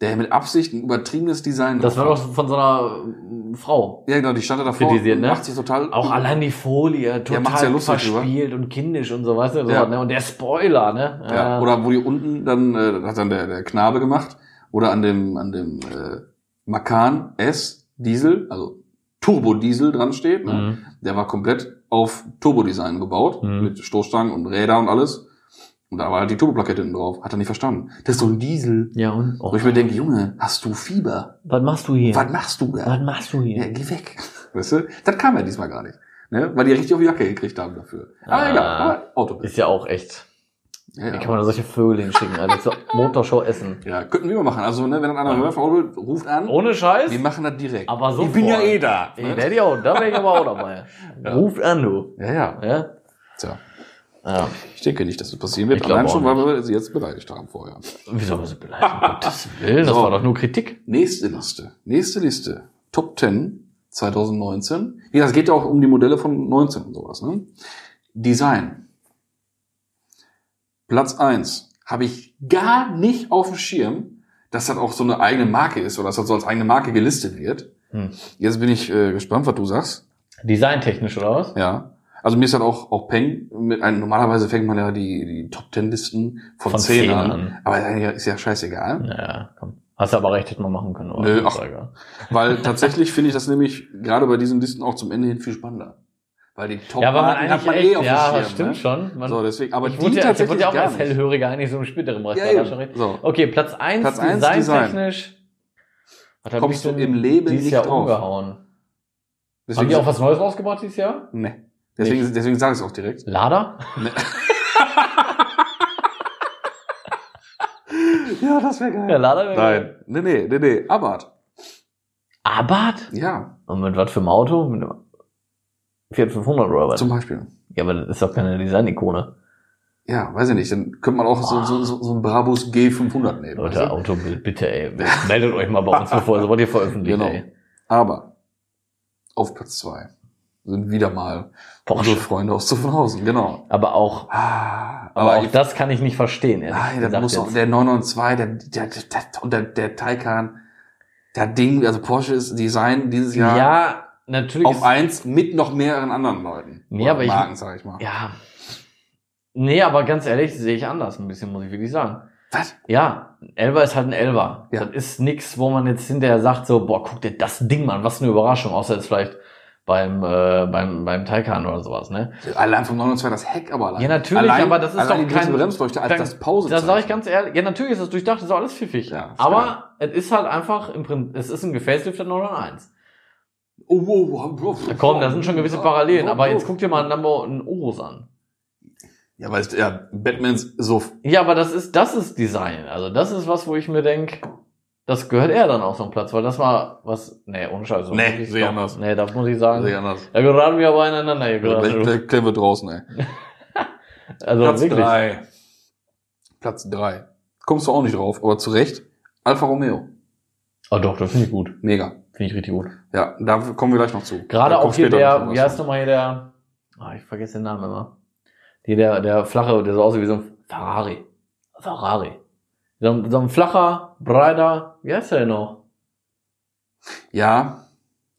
Der mit Absicht ein übertriebenes Design Das war drauf doch hat. von so einer äh, Frau. Ja, genau, die stand da davor kritisiert, und ne? macht sich total. um. Auch allein die Folie, total macht's ja lustig verspielt und kindisch und so, weißt du, so Ja. was, ne? Und der Spoiler, ne? Ja, Äh, oder wo die unten dann, äh, das hat dann der, der Knabe gemacht, oder an dem, an dem äh, Macan S Diesel, also Turbo-Diesel dran steht. Ne? Mhm. Der war komplett auf Turbo-Design gebaut, Mhm. mit Stoßstangen und Räder und alles. Und da war halt die Turboplakette hinten drauf. Hat er nicht verstanden. Das ist so ein Diesel. Ja, und Oh, Wo ich mir denke, Junge, hast du Fieber? was machst du hier? Was machst du Was da? machst du Ja, hier? geh weg. Weißt du? Das kam ja diesmal gar nicht. Ne? Weil die richtig auf die Jacke gekriegt haben dafür. Aber Ah. egal, aber Auto. Ist ja auch echt. Ja, Wie kann ja. man da solche Vögel hinschicken, Alter? Zur Motorshow essen. ja, könnten wir mal machen. Also, ne, wenn dann einer Ja. hört, Auto ruft an. Ohne Scheiß? Wir machen das direkt. Aber so. Ich sofort. bin ja eh da. Ey, Ne? Daddy auch, da wäre ich aber auch dabei. Ja. Ruft an, du. Ja, ja. Ja? Tja. ja. Ich denke nicht, dass das passieren wird. Ich glaube Allein schon, auch weil wir sie jetzt beleidigt haben vorher. Wieso wir so beleidigt? Um Gottes Willen, das So. war doch nur Kritik. Nächste Liste. Nächste Liste. Top 10 2019. Ja, es geht ja auch um die Modelle von 19 und sowas. Ne? Design. Platz 1. Habe ich gar nicht auf dem Schirm, dass das auch so eine eigene Marke ist oder dass das so als eigene Marke gelistet wird. Hm. Jetzt bin ich äh, gespannt, was du sagst. Designtechnisch, oder was? Ja. Also mir ist halt auch, auch Peng, mit einem, normalerweise fängt man ja die, die Top 10 Listen von, Von 10 10 an. an. Aber ja, ist ja scheißegal. Naja, komm. Hast du aber recht, hätte man machen können, oder? Nö, ach. Ist egal. Weil tatsächlich finde ich das nämlich gerade bei diesen Listen auch zum Ende hin viel spannender. Weil die top Ja, aber man Marken eigentlich echt, eh dem ja, Schirm, das stimmt ne? schon. Man, So, deswegen, aber ich die wurde ja, ich tatsächlich wurde ja auch gar als nicht. Hellhöriger eigentlich so im späteren Bereich. Ja, war da eben. schon recht. So. Okay, Platz 1, Platz eins, designtechnisch. Was hab Kommst ich du denn im Leben dieses nicht Jahr drauf. umgehauen? Haben Deswegen, die auch was Neues rausgebracht dieses Jahr? nee. deswegen, deswegen sage ich es auch direkt. Lada? Ja, das wäre geil. Ja, Lada wäre geil. Nein, nee, nee, nee, nee. Abarth. Abarth? Ja, Und mit was für einem Auto? Mit einem Fiat 500 oder was? zum Beispiel. Ja, aber das ist doch keine Design-Ikone. Ja, weiß ich nicht. Dann könnte man auch so, so, so, so ein Brabus G500 nehmen. weißt Leute, du? Autobild, bitte ey. Meldet euch mal bei uns, bevor ihr sowas hier veröffentlicht, Genau. ey. Aber auf Platz zwei sind wieder mal unsere Porsche. Freunde aus Zuffenhausen. Genau. Aber auch, Ah, aber, auch ich- das kann ich nicht verstehen, ehrlich Nein, das gesagt muss jetzt. auch, der 992, der, der, der, der, und der, der Taycan, der Ding, also Porsche ist Design dieses Ja, Jahr natürlich. auf ist- eins mit noch mehreren anderen Leuten. Nee, Oder aber ich- Marken, sag ich mal. ja. Nee, aber ganz ehrlich, sehe ich anders ein bisschen, muss ich wirklich sagen. Was? Ja, ein Elfer ist halt ein Elfer. Ja. Das ist nix, wo man jetzt hinterher sagt, so, boah, guck dir das Ding an, was eine Überraschung, außer jetzt vielleicht beim, äh, beim, beim Taycan oder sowas, ne? Allein vom 992 das Heck aber allein. Ja, natürlich, allein, aber das ist allein doch die große kein- Bremsleuchte als Dann- das Pause. Das sage ich ganz ehrlich. Ja, natürlich ist das durchdacht, das ist auch alles pfiffig. Ja, ist aber es ist halt einfach, im Prinzip, es ist ein Gefäßlifter 901. Oh, wow, wow, Ja, komm, da sind schon gewisse Parallelen, aber jetzt guck dir mal Number einen Urus an. Ja, weil es- ja, Batman ist so. Ja, aber das ist, das ist Design. Also das ist was, wo ich mir denk, das gehört eher dann auf so einen Platz, weil das war was, nee, ohne Scheiß. Nee, Muss ich- sehr doch, anders. Nee, das muss ich sagen. Sehr anders. Da geraten wir aber ineinander hier Ja, gleich, gerade. gleich klären wir draußen, ey. Also Platz wirklich. drei. Platz drei. Kommst du auch nicht drauf, aber zu Recht. Alfa Romeo. Ah, doch, das finde ich gut. Mega. Finde ich richtig gut. Ja, da kommen wir gleich noch zu. Gerade Da auch kommt hier später der, noch was. wie heißt nochmal hier der, ah, ich vergesse den Namen immer. Hier der, der flache, der so aussieht wie so ein Ferrari. Ferrari. So ein, so ein flacher, breiter, wie heißt der denn noch? Ja,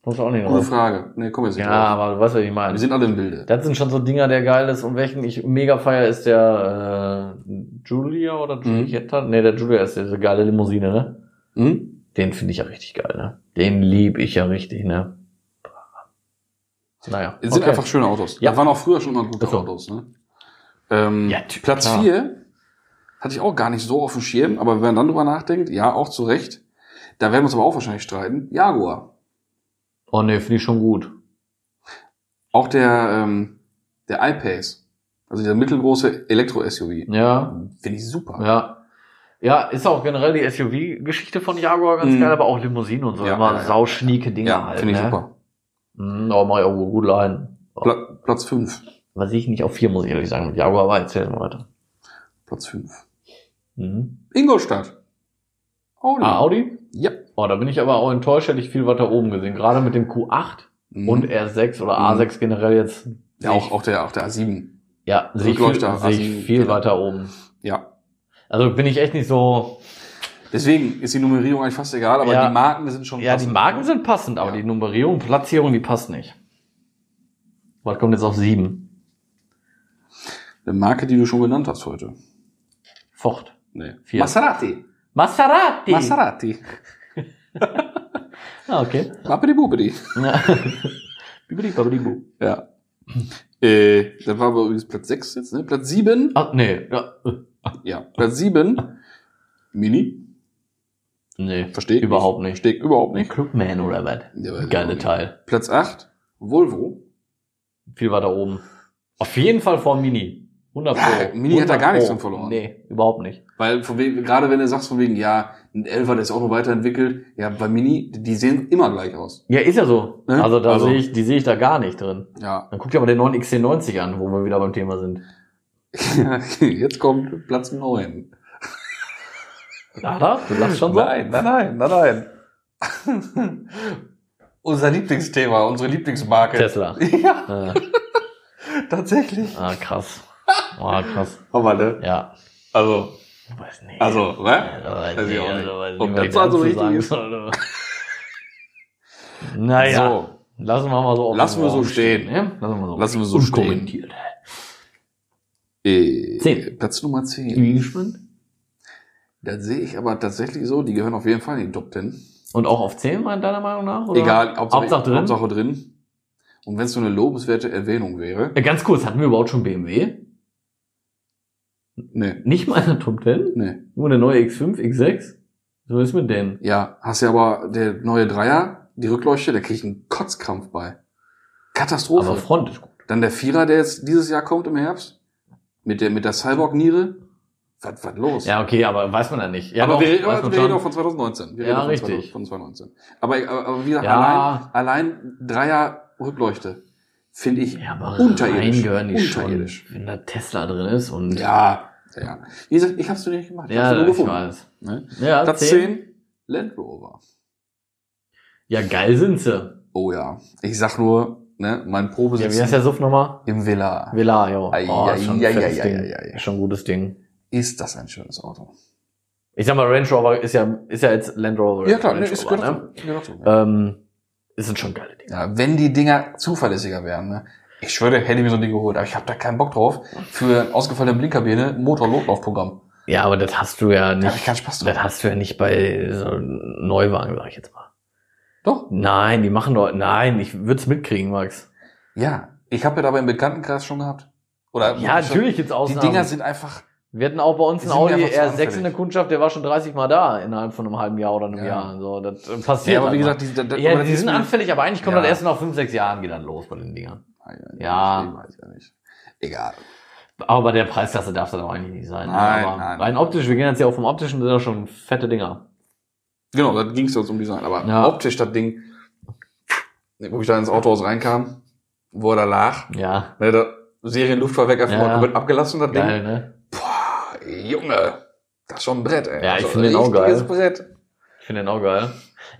Kommst du auch nicht gute drauf. Frage. Nee, komm jetzt nicht Ja, drauf. aber du weißt, was ich meine. Wir sind alle im Bilde. Das sind schon so Dinger, der geil ist. Und welchen ich mega feier, ist der äh, Julia oder Mhm. Julietta? Nee, der Julia ist diese geile Limousine, ne? Hm? Den finde ich ja richtig geil, ne? Den lieb ich ja richtig, ne? Naja. Es sind einfach schöne Autos. Ja. Da waren auch früher schon mal gute Ach so. Autos. Ne? Ähm, Ja, ty- Platz klar. vier hatte ich auch gar nicht so auf dem Schirm, aber wenn man dann drüber nachdenkt, ja, auch zu Recht. Da werden wir uns aber auch wahrscheinlich streiten. Jaguar. oh ne, finde ich schon gut. Auch der, ähm, der I-Pace. Also der mittelgroße Elektro-SUV. Ja, Finde ich super. Hm. ja. Ja, ist auch generell die SUV-Geschichte von Jaguar ganz Mhm. geil, aber auch Limousinen und so. Ja, immer ja, ja. sauschnieke Dinger Ja, halt. finde ich ne? super. Mhm, aber mach ich auch gut leiden. Pla Platz fünf. Was ich nicht auf vier, muss ich ehrlich sagen. Mit Jaguar war erzählen wir weiter. Platz fünf. Mhm. Ingolstadt. Audi. Ah, Audi? Ja. Oh, da bin ich aber auch enttäuscht, hätte ich viel weiter oben gesehen. Gerade mit dem Q8 Mhm. und R6 oder Mhm. A6 generell jetzt. ja, auch, auch der, auch der A7. Ja, sehe ich viel, Rückleuchter, sehe A7, ich viel genau. weiter oben. Ja. Also bin ich echt nicht so. Deswegen ist die Nummerierung eigentlich fast egal, aber Ja. die Marken sind schon Ja, die passend. Marken sind passend, aber Ja. die Nummerierung, Platzierung, die passt nicht. Was kommt jetzt auf 7? Eine Marke, die du schon genannt hast heute. Ford. Nee. Vier. Maserati. Maserati! Maserati. ah, okay. Babidi bubidi. Bibidi, babidi, bu. Ja. Hm. äh, das war aber übrigens Platz 6 jetzt, ne? Platz 7. Ach, Ah, nee. Ja. Ja, Platz 7. Mini. Nee. Verstehe ich Überhaupt nicht. nicht. Verstehe ich überhaupt Ein nicht. Clubman oder was? Ja, weiß ich auch Geile nicht. Teil. Platz 8. Volvo. Viel weiter oben. Auf jeden Fall vor Mini. 100 Pro. Ja, Mini hat da 100 gar nichts Pro. von verloren. Nee, überhaupt nicht. Weil von wegen, gerade wenn du sagst von wegen, ja, ein Elfer, der ist auch noch weiterentwickelt. Ja, bei Mini, die sehen immer gleich aus. Ja, ist ja so. Ne? Also da Also- sehe ich, die sehe ich da gar nicht drin. Ja. Dann guck dir aber den neuen XC90 an, wo wir wieder beim Thema sind. jetzt kommt Platz 9. Na, da, du lachst schon so. Nein, nein, nein, ne? nein, nein. Unser Lieblingsthema, unsere Lieblingsmarke. Tesla. Ja, Äh, tatsächlich. ah, krass. Ah, krass. Aber ne? Ja. Also, Ich weiß nicht. also, Ja, ne? da weiß Weiß ich nicht, auch also nicht. weiß Ob nicht, was das ich also dazu richtig sagen ist. soll. Naja, So, lassen wir mal so offen Lassen wir so Raum stehen. ne? Lassen wir so, Lassen wir so unkommentiert. äh, Zehn. Platz Nummer 10. stehen. Da sehe ich aber tatsächlich so, die gehören auf jeden Fall in die Top 10. Und auch auf 10, meiner deiner Meinung nach? Oder? Egal, Hauptsache, Hauptsache drin. Hauptsache drin. Und wenn es so eine lobenswerte Erwähnung wäre. Äh, Ganz kurz, hatten wir überhaupt schon BMW? Nee, Nicht mal in der Top 10? nee. Nur eine neue X5, X6? So ist mit denen. Ja, hast ja aber der neue Dreier, die Rückleuchte, der kriegt einen Kotzkrampf bei. Katastrophe. Aber Front ist gut. Dann der Vierer, der jetzt dieses Jahr kommt im Herbst. Mit der, mit der Cyborg-Niere. Was, was los? Ja, okay, aber weiß man ja nicht. Ja, aber doch, wir, reden- weiß man wir schon. reden auch von 2019. Wir reden Ja, von richtig. 20- Von 2019. Aber, aber, aber wie gesagt, Ja. allein, allein Dreier Rückleuchte finde ich ja, aber unterirdisch. rein gehören die Unterirdisch. schon, wenn da Tesla drin ist und Ja, ja. Wie gesagt, ich habe es nicht gemacht. Ich hab's ja nur ich gefunden. weiß. Ne? Ja, Platz 10. 10, Land Rover. Ja, geil sind sie. Oh ja. Ich sag nur, ne, mein Ja, wie Probesitz heißt der Suff nochmal? im Villa. Villa, jo. Ei, Oh, ist schon ein ei, ei, fettes ei, Ding. ei, ei, ei. Ist schon ein gutes Ding. Ist das ein schönes Auto? Ich sag mal, Range Rover ist ja, ist ja jetzt Land Rover. Range ne, ist Rover, genau ne? so. Genau so, ja. Ähm, ist ein schon geile Ding. Ja, wenn die Dinger zuverlässiger wären, ne? Ich schwöre, hätte ich mir so ein Ding geholt, aber ich habe da keinen Bock drauf. Für ausgefallene Blinkerbirne, Motorlotlaufprogramm. Ja, aber das hast du ja Da habe ich nicht. keinen Spaß Das drauf. hast du ja nicht bei so Neuwagen, sag ich jetzt mal. Doch. Nein, die machen doch. Nein, ich würde es mitkriegen, Max. Ja. Ich habe ja dabei im Bekanntenkreis schon gehabt. Oder Ja, schon- natürlich jetzt Die Ausnahmen. Dinger sind einfach Wir hatten auch bei uns Die einen sind mir Audi einfach zu R6 in der anfällig. Kundschaft, der war schon 30 Mal da innerhalb von einem halben Jahr oder einem Ja. Jahr. So, das äh, passiert. Ja, aber wie halt mal. gesagt, die, da, da- ja, aber die das sind ist- anfällig, aber eigentlich kommt Ja. das erst nach 5, 6 Jahren geht dann los bei den Dingern. Ja. Ich weiß Ah ja nicht. Egal. Aber bei der Preisklasse darf das auch eigentlich nicht sein. ne? Nein, aber nein. rein optisch, wir gehen jetzt ja auch vom optischen, sind das schon fette Dinger. Genau, da ging es uns um Design. Aber Ja. optisch das Ding, wo ich da ins Autohaus reinkam, wo er da lag, Ja, ne, da Serienluftfahrwerk einfach Ja, mal ja. komplett abgelassen, das Ding. geil, ne? Boah, Junge, das ist schon ein Brett, ey. Also, Ja, ich finde den auch geil. richtiges Brett. Ich finde den auch geil.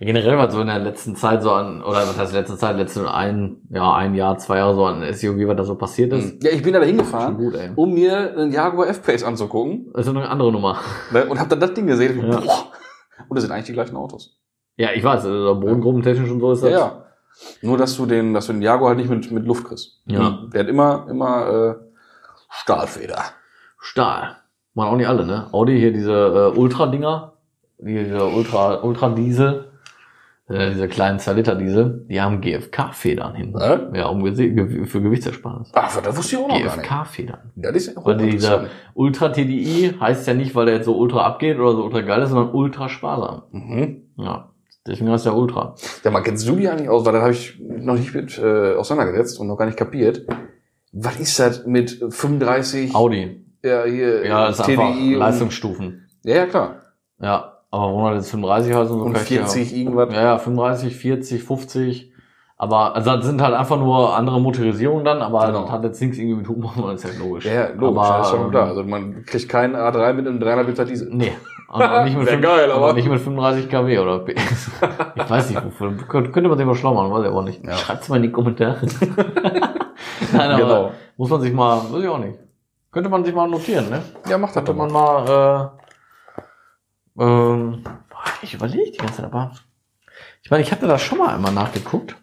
Generell was so in der letzten Zeit so an, oder was heißt letzte Zeit, letzten ein, ja, ein Jahr, zwei Jahre so an SUV, was da so passiert ist. Hm. Ja, ich bin da Schon hingefahren, gut, ey. um mir einen Jaguar F-Pace anzugucken Das ist eine andere Nummer. ne, und hab dann das Ding gesehen. Und, Ja. boah, und das sind eigentlich die gleichen Autos. Ja, ich weiß, also bodengruppentechnisch und so ist das. Nur, dass du den, dass du den Jaguar halt nicht mit, mit Luft kriegst. Ja. Der hat immer, immer äh, Stahlfeder. Stahl. Machen auch nicht alle, ne? Audi hier diese äh, Ultra-Dinger, die- diese Ultra- Ultra-Diesel, äh, diese kleinen 2-Liter-Diesel, die haben GFK-Federn hinten. Äh? Ja, um Gese- ge für Gewichtsersparnis. Ach, das wusste ich auch noch gar nicht. GFK-Federn. Das ist ja Weil dieser hochinteressant. Ultra-TDI heißt ja nicht, weil der jetzt so ultra abgeht oder so ultra geil ist, sondern ultra sparsam. Mhm. Ja, deswegen heißt der Ultra. Ja, man kennst du die eigentlich aus, weil dann habe ich noch nicht mit äh, auseinandergesetzt und noch gar nicht kapiert. Was ist das mit 35 Audi. ja, hier, Ja, das ist einfach TDI und, Leistungsstufen. Ja, ja, klar. Ja, aber wo man jetzt 35 heißt und so Und kann ich dir- 40 irgendwas. Ja, ja, 35, 40, 50. Aber also das sind halt einfach nur andere Motorisierungen dann, aber Genau. das hat jetzt nichts irgendwie mit Humor, das ist ja logisch. Ja, ja, logisch, aber, das ist schon ähm, klar. Also man kriegt keinen A3 mit einem 300 Liter Diesel. Nee. Und auch nicht mit, Wär fünf- geil, und auch aber- nicht mit 35 kW oder PS. Ich weiß nicht, wovon. Könnte könnte man sich mal schlau machen, weiß ich aber nicht. Ja. Schreibt's mal in die Kommentare. Nein, aber Genau. muss man sich mal, weiß ich auch nicht. Könnte man sich mal notieren, ne? Ja, macht das Könnte doch man mal. mal, äh, ähm, boah, ich überlege die ganze Zeit, aber ich meine, ich hatte das schon mal einmal nachgeguckt.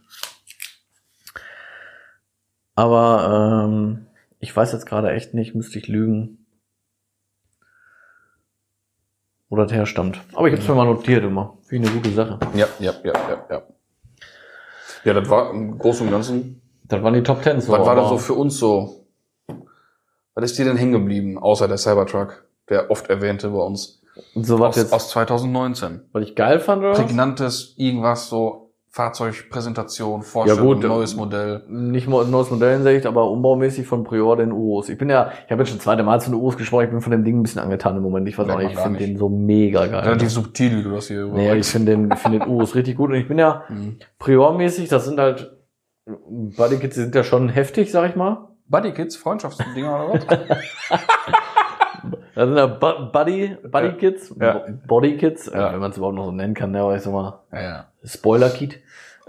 Aber ähm, ich weiß jetzt gerade echt nicht, müsste ich lügen, wo das herstammt. Aber ich habe es mir mal notiert immer. Finde ich eine gute Sache. Ja, ja, ja, ja, ja. Ja, das war im Großen und Ganzen. Das waren die Top Ten. So, was war das so aber- für uns so? Was ist dir denn hängen geblieben, außer der Cybertruck, der oft erwähnte bei uns? so was Aus, jetzt, aus 2019. was ich geil fand oder? was? Prägnantes, irgendwas so, Fahrzeugpräsentation, Vorstellung, Ja, gut, neues ähm, Modell. nicht mal in neues Modellensicht, aber umbaumäßig von Prior den Urus. Ich bin ja, ich habe jetzt schon das zweite Mal zu den Urus gesprochen, ich bin von dem Ding ein bisschen angetan im Moment. Ich weiß Merkt auch nicht, man ich gar finde nicht. den so mega geil. Relativ subtil, wie du das hier äh, nee, ich überlegst. finde den, ich finde den Urus richtig gut und ich bin ja Mhm. Prior-mäßig, das sind halt, Bodykits die sind ja schon heftig, sag ich mal. Buddykids, Freundschaftsdinger oder was? Das sind ja Bu- Buddy, Buddy Kids, Ja. Bo- Body Kids, äh, Ja. wenn man es überhaupt noch so nennen kann, ne, aber ich sag mal, ja, ja. Spoiler Kid. Äh.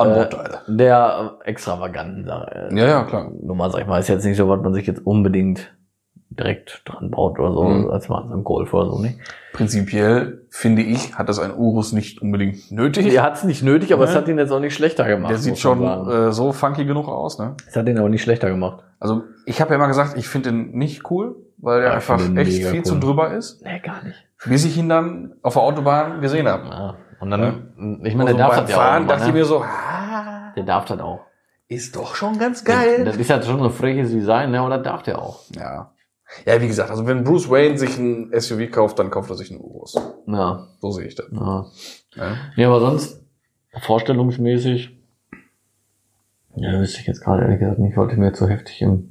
Anbauteile. der extravaganten Sache. äh, Ja, ja, klar. Nummer, sag ich mal, ist jetzt nicht so, was man sich jetzt unbedingt direkt dran baut oder so, also Mhm. als man so einen Golf oder so, nicht? Prinzipiell finde ich, hat das ein Urus nicht unbedingt nötig. Er hat es nicht nötig, aber Ne? es hat ihn jetzt auch nicht schlechter gemacht. Der sieht muss man schon sagen. äh, so funky genug aus, ne? Es hat ihn aber nicht schlechter gemacht. Also ich habe ja immer gesagt, ich finde den nicht cool, weil der Ja, ich einfach finde den echt mega viel cool. zu drüber ist, Nee, gar nicht. bis ich ihn dann auf der Autobahn gesehen habe. Ja. Und dann, ich Und meine, der so Also darf beim das ja Fahren auch. dachte ich ne? mir so, ah, der darf das auch. ist doch schon ganz Das, das ist ja schon so ein freches Design, ne, aber das darf der auch. Ja. Ja, wie gesagt, also wenn Bruce Wayne sich ein SUV kauft, dann kauft er sich einen Urus. Ja, So sehe ich das. ja. Ne? Ja, aber sonst, vorstellungsmäßig, ja, wüsste ich jetzt gerade ehrlich gesagt nicht, wollte mir jetzt so heftig im,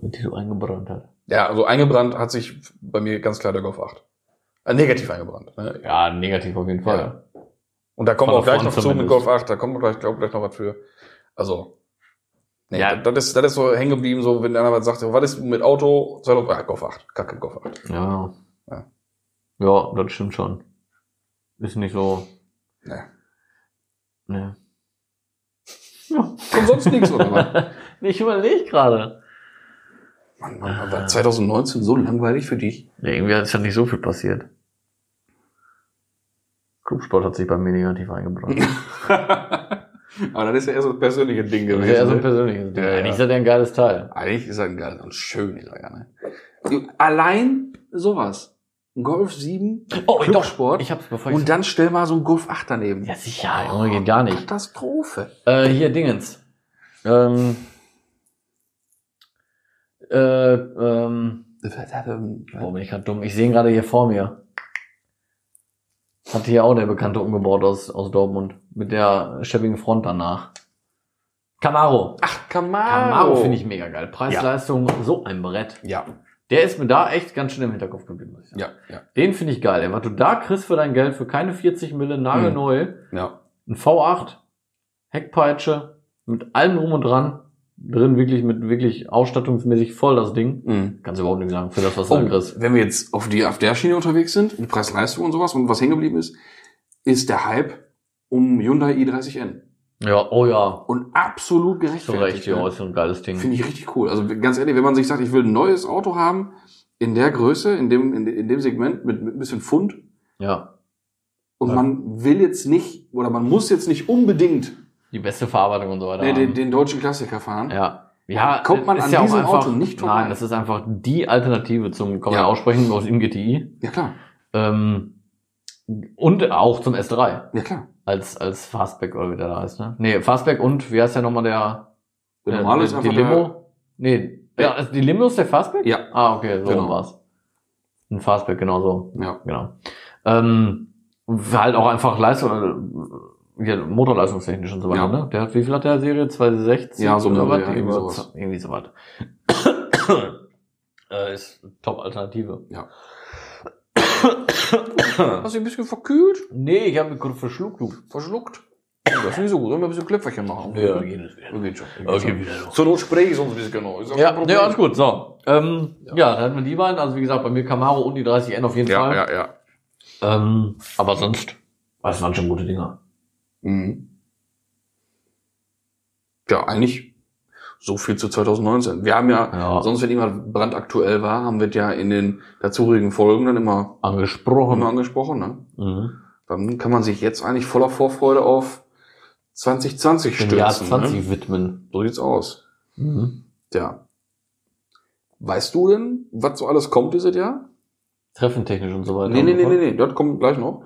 die so eingebrannt hat. Ja, also eingebrannt hat sich bei mir ganz klar der Golf 8. Äh, negativ eingebrannt. Ne? Ja, negativ auf jeden Fall. Und da kommen Von wir auch gleich vorn noch zu mit zumindest. Golf 8, da kommen wir gleich, glaub, gleich noch was für. Also, nee, Ja. das, das ist, das ist so hängen geblieben, so wenn einer was sagt, so, was ist mit Auto, Soll doch- ah, Golf 8, kacke Golf 8. Ja. Ja. Ja, ja das stimmt schon. Ist nicht so, Nee. ne. Und sonst nichts, oder was? ich überlege gerade. Mann, Mann, war 2019 so langweilig für dich? Ja, irgendwie ist ja nicht so viel passiert. Clubsport hat sich bei mir negativ eingebrannt. Aber das ist ja eher so ein persönliches Ding Das gewesen. ist ja eher so ein ne? persönliches Ding. Ja, ja. Eigentlich ist das ja ein geiles Teil. Eigentlich ist er ein geiler und schön, ist er ja, ne? Allein sowas. Ein Golf 7, Oh, Clubsport. Ich hab's bevor und dann stell mal so ein Golf 8 daneben. Ja, sicher, Junge, geht gar nicht. Katastrophe. Äh, hier, Dingens. Ähm, äh, ähm, Warum bin ich gerade dumm? Ich sehe ihn gerade hier vor mir. Hat hier auch der Bekannte umgebaut aus, aus Dortmund. Mit der schäbigen Front danach. Camaro. Ach, Camaro. Camaro finde ich mega geil. Preis-Leistung, so ein Brett. Ja, Der ist mir da echt ganz schön im Hinterkopf geblieben. muss ich sagen. ja, ja, Den finde ich geil. ey. Was du da kriegst für dein Geld, für keine 40 Mille, nagelneu, Mhm. ja. ein V8, Heckpeitsche, mit allem drum und dran, drin wirklich mit wirklich ausstattungsmäßig voll das Ding. Mhm. Kannst du überhaupt nicht sagen, für das, was Oh, du da kriegst. wenn wir jetzt auf, die, auf der Schiene unterwegs sind, mit Preis-Leistung und sowas und was hängen geblieben ist, ist der Hype um Hyundai i30N. Ja, oh ja. Und absolut Zu gerechtfertigt. ne? Recht, ja, ist ein geiles Ding. Finde ich richtig cool. Also ganz ehrlich, wenn man sich sagt, ich will ein neues Auto haben, in der Größe, in dem, in, de- in dem Segment, mit, mit ein bisschen Pfund, Ja. und Ja. man will jetzt nicht, oder man muss jetzt nicht unbedingt Die beste Verarbeitung und so weiter. äh, den, haben. den deutschen Klassiker fahren. ja. Ja, Kommt man ist an ja auch diesem einfach, Auto nicht vorbei. Nein, das ist einfach die Alternative zum, kann man Ja. ja aussprechen, aus dem GTI. ja klar, Ähm, und auch zum S3. ja klar. Als, als Fastback oder wie der da heißt, ne? Nee, Fastback und, wie heißt der nochmal der, Der äh, normale die- ist die einfach Limo? Nee, ja, ist die Limo ist der Fastback? Der, ja, Ah, okay, so Genau. rum war's. Ein Fastback, genau so. ja, Genau. Ähm, war halt auch einfach Leistung, äh, ja, motorleistungstechnisch und so weiter, Ja. ne? Der hat, wie viel hat der Serie? 260? Ja, so oder eine- was? ja, irgendwie irgendwie sowas. so Irgendwie so was. äh, ist Top-Alternative. ja. Hast du ein bisschen verkühlt, Nee, ich habe mich kurz verschluckt, du. verschluckt? Das ist nicht so gut, wenn wir ein bisschen Klöpferchen machen. Hm? geht es wieder. Geht schon. Okay, wieder los. Zur Not spreche ich sonst ein bisschen genau. Ist auch kein Ja, Problem. ja, alles gut, so. Ähm, ja. dann hatten wir die beiden. Also, wie gesagt, bei mir Camaro und die 30N auf jeden Ja, Fall. ja, ja. Ähm, aber sonst, das waren schon gute Dinger. Mhm. Ja, eigentlich so viel zu 2019. Wir haben ja, Ja. sonst wenn jemand brandaktuell war, haben wir das ja in den dazugehörigen Folgen dann immer, Angesprochen. immer angesprochen. Ne? Mhm. Dann kann man sich jetzt eigentlich voller Vorfreude auf 2020 Dem stürzen. Jahr 20 Ne? widmen. So sieht's aus. Mhm. Ja. Weißt du denn, was so alles kommt dieses Jahr? Treffentechnisch und so weiter. Nee, nee, nee, nee, nee, das kommt gleich noch.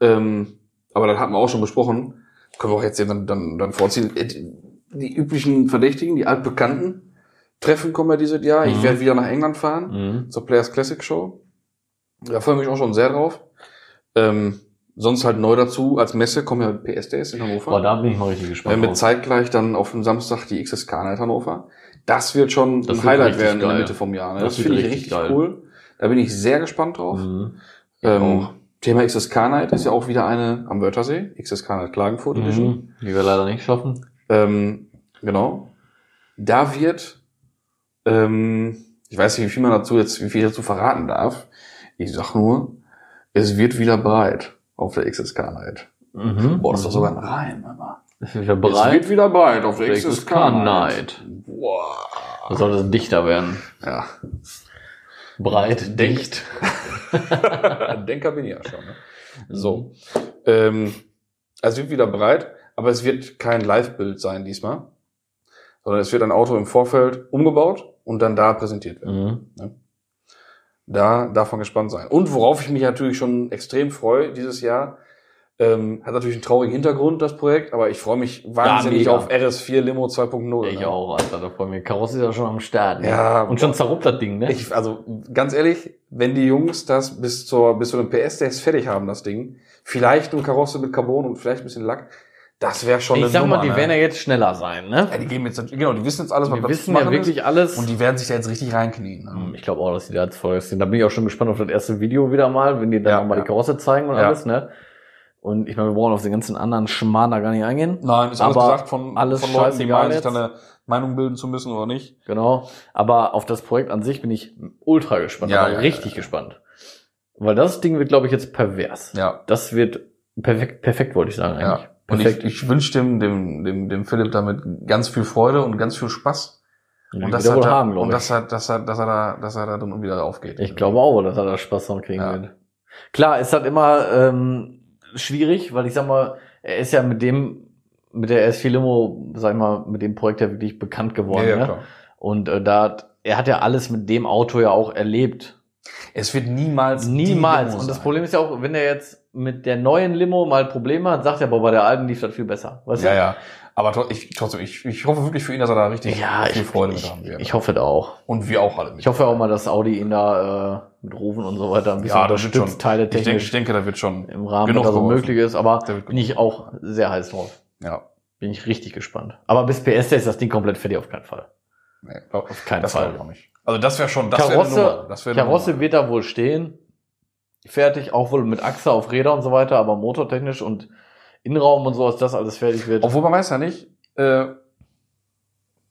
Ähm, aber das hatten wir auch schon besprochen. Können wir auch jetzt hier dann, dann, dann vorziehen. Äh, Die üblichen Verdächtigen, die altbekannten Treffen kommen ja dieses Jahr. Ich Mhm. werde wieder nach England fahren Mhm. zur Players Classic Show. Da freue ich mich auch schon sehr drauf. Ähm, sonst halt neu dazu, als Messe kommen ja PSDS in Hannover. Boah, Oh, da bin ich mal richtig Wenn gespannt. wir drauf. zeitgleich dann auf dem Samstag die XSK Night Hannover. Das wird schon Das ein wird Highlight richtig werden in der geil. Mitte vom Jahr. Ne? Das, Das wird finde ich richtig richtig geil. cool. Da bin ich sehr gespannt drauf. Mhm. Ähm, auch. Thema XSK Night ist ja auch wieder eine am Wörthersee. XSK Night Klagenfurt Edition. Mhm. Die wir leider nicht schaffen. Ähm, genau. Da wird, ähm, ich weiß nicht, wie viel man dazu jetzt, wie viel ich dazu verraten darf. Ich sag nur, es wird wieder breit auf der XSK Night. Mhm. Boah, das war sogar ein Reim. Mama. Ist wieder Es wird bereit. wieder bald Mhm. auf der Auf der XSK XSK-Night. Night. Wow. Das sollte ein dichter werden. Ja. Breit, dicht. Denker bin ich ja schon. Ne? So. Ähm, es wird wieder breit, aber es wird kein Live-Bild sein diesmal, sondern es wird ein Auto im Vorfeld umgebaut und dann da präsentiert werden. Mhm. Da darf man gespannt sein. Und worauf ich mich natürlich schon extrem freue dieses Jahr, ähm, hat natürlich einen traurigen Hintergrund, das Projekt, aber ich freue mich wahnsinnig mega. auf RS4 Limo 2.0. Ich ne? auch, Alter. Da freue ich mich. Kaross ist ja schon am Start. Ne? Ja, Und schon zerruppt das Ding, ne? Ich, also ganz ehrlich, wenn die Jungs das bis zur bis zu den PS-Days fertig haben, das Ding, vielleicht eine Karosse mit Carbon und vielleicht ein bisschen Lack, das wäre schon Ich eine sag Nummer, mal, die ne? werden ja jetzt schneller sein, ne? ja, die geben jetzt genau, die wissen jetzt alles, was Wir da wissen zu ja machen wirklich alles. ist, und die werden sich da jetzt richtig reinknien. Ne? Hm, Ich glaube auch, dass die da jetzt voll sind. Da bin ich auch schon gespannt auf das erste Video wieder mal, wenn die dann Ja, auch mal ja. die Karosse zeigen und Ja. alles, ne? Und ich meine, wir brauchen auf den ganzen anderen Schmarrn da gar nicht eingehen. Nein, ist alles Aber gesagt von alles von Leuten, die scheißegal meinen, sich jetzt. da eine Meinung bilden zu müssen oder nicht. Genau. Aber auf das Projekt an sich bin ich ultra gespannt. Ja, aber ja, richtig gespannt. Weil das Ding wird, glaube ich, jetzt pervers. Ja, Das wird perfekt, perfekt, wollte ich sagen eigentlich. ja. Und ich, Perfekt. ich wünsche dem, dem, dem, dem Philipp damit ganz viel Freude und ganz viel Spaß. Und, Und, das dass, er wohl da, haben, und glaube ich. dass, er, dass, er, dass er da, dass er da drin wieder aufgeht. Ich glaube auch, dass er da Spaß dran kriegen Ja. wird. Klar, ist halt immer ähm, schwierig, weil ich sag mal, er ist ja mit dem, mit der S4 Limo, sag ich mal, mit dem Projekt ja wirklich bekannt Ja, geworden. ja, ne? klar. Und äh, da hat, er hat ja alles mit dem Auto ja auch erlebt. Es wird niemals. Niemals. Und das sein. Problem ist ja auch, wenn er jetzt mit der neuen Limo mal Probleme hat, sagt er, boah, bei der alten lief das viel besser. Weißt Ja, du? ja. Aber tro- ich, trotzdem, ich, ich hoffe wirklich für ihn, dass er da richtig Ja, ich, viel Freude mit ich, haben wird. ich hoffe das auch. Und wir auch alle mit. Ich hoffe auch mal, dass Audi ihn da äh, mit Rufen und so weiter ein bisschen ja, das wird schon. Teile ich, denke, technisch ich denke, da wird schon. im Rahmen, genug was da so geholfen. möglich ist. Aber Da wird bin ich auch sehr heiß drauf. Ja, Bin ich richtig gespannt. Aber bis PS ist das Ding komplett fertig, auf keinen Fall. nee, glaub, Auf keinen das glaube ich Fall. auch nicht. Also das wäre schon, das wäre eine Karosse, Nummer. Das wäre eine Karosse Nummer. wird da wohl stehen. Fertig, auch wohl mit Achse auf Räder und so weiter, aber motortechnisch und Innenraum und so, dass das alles fertig wird. Obwohl man weiß ja nicht, äh,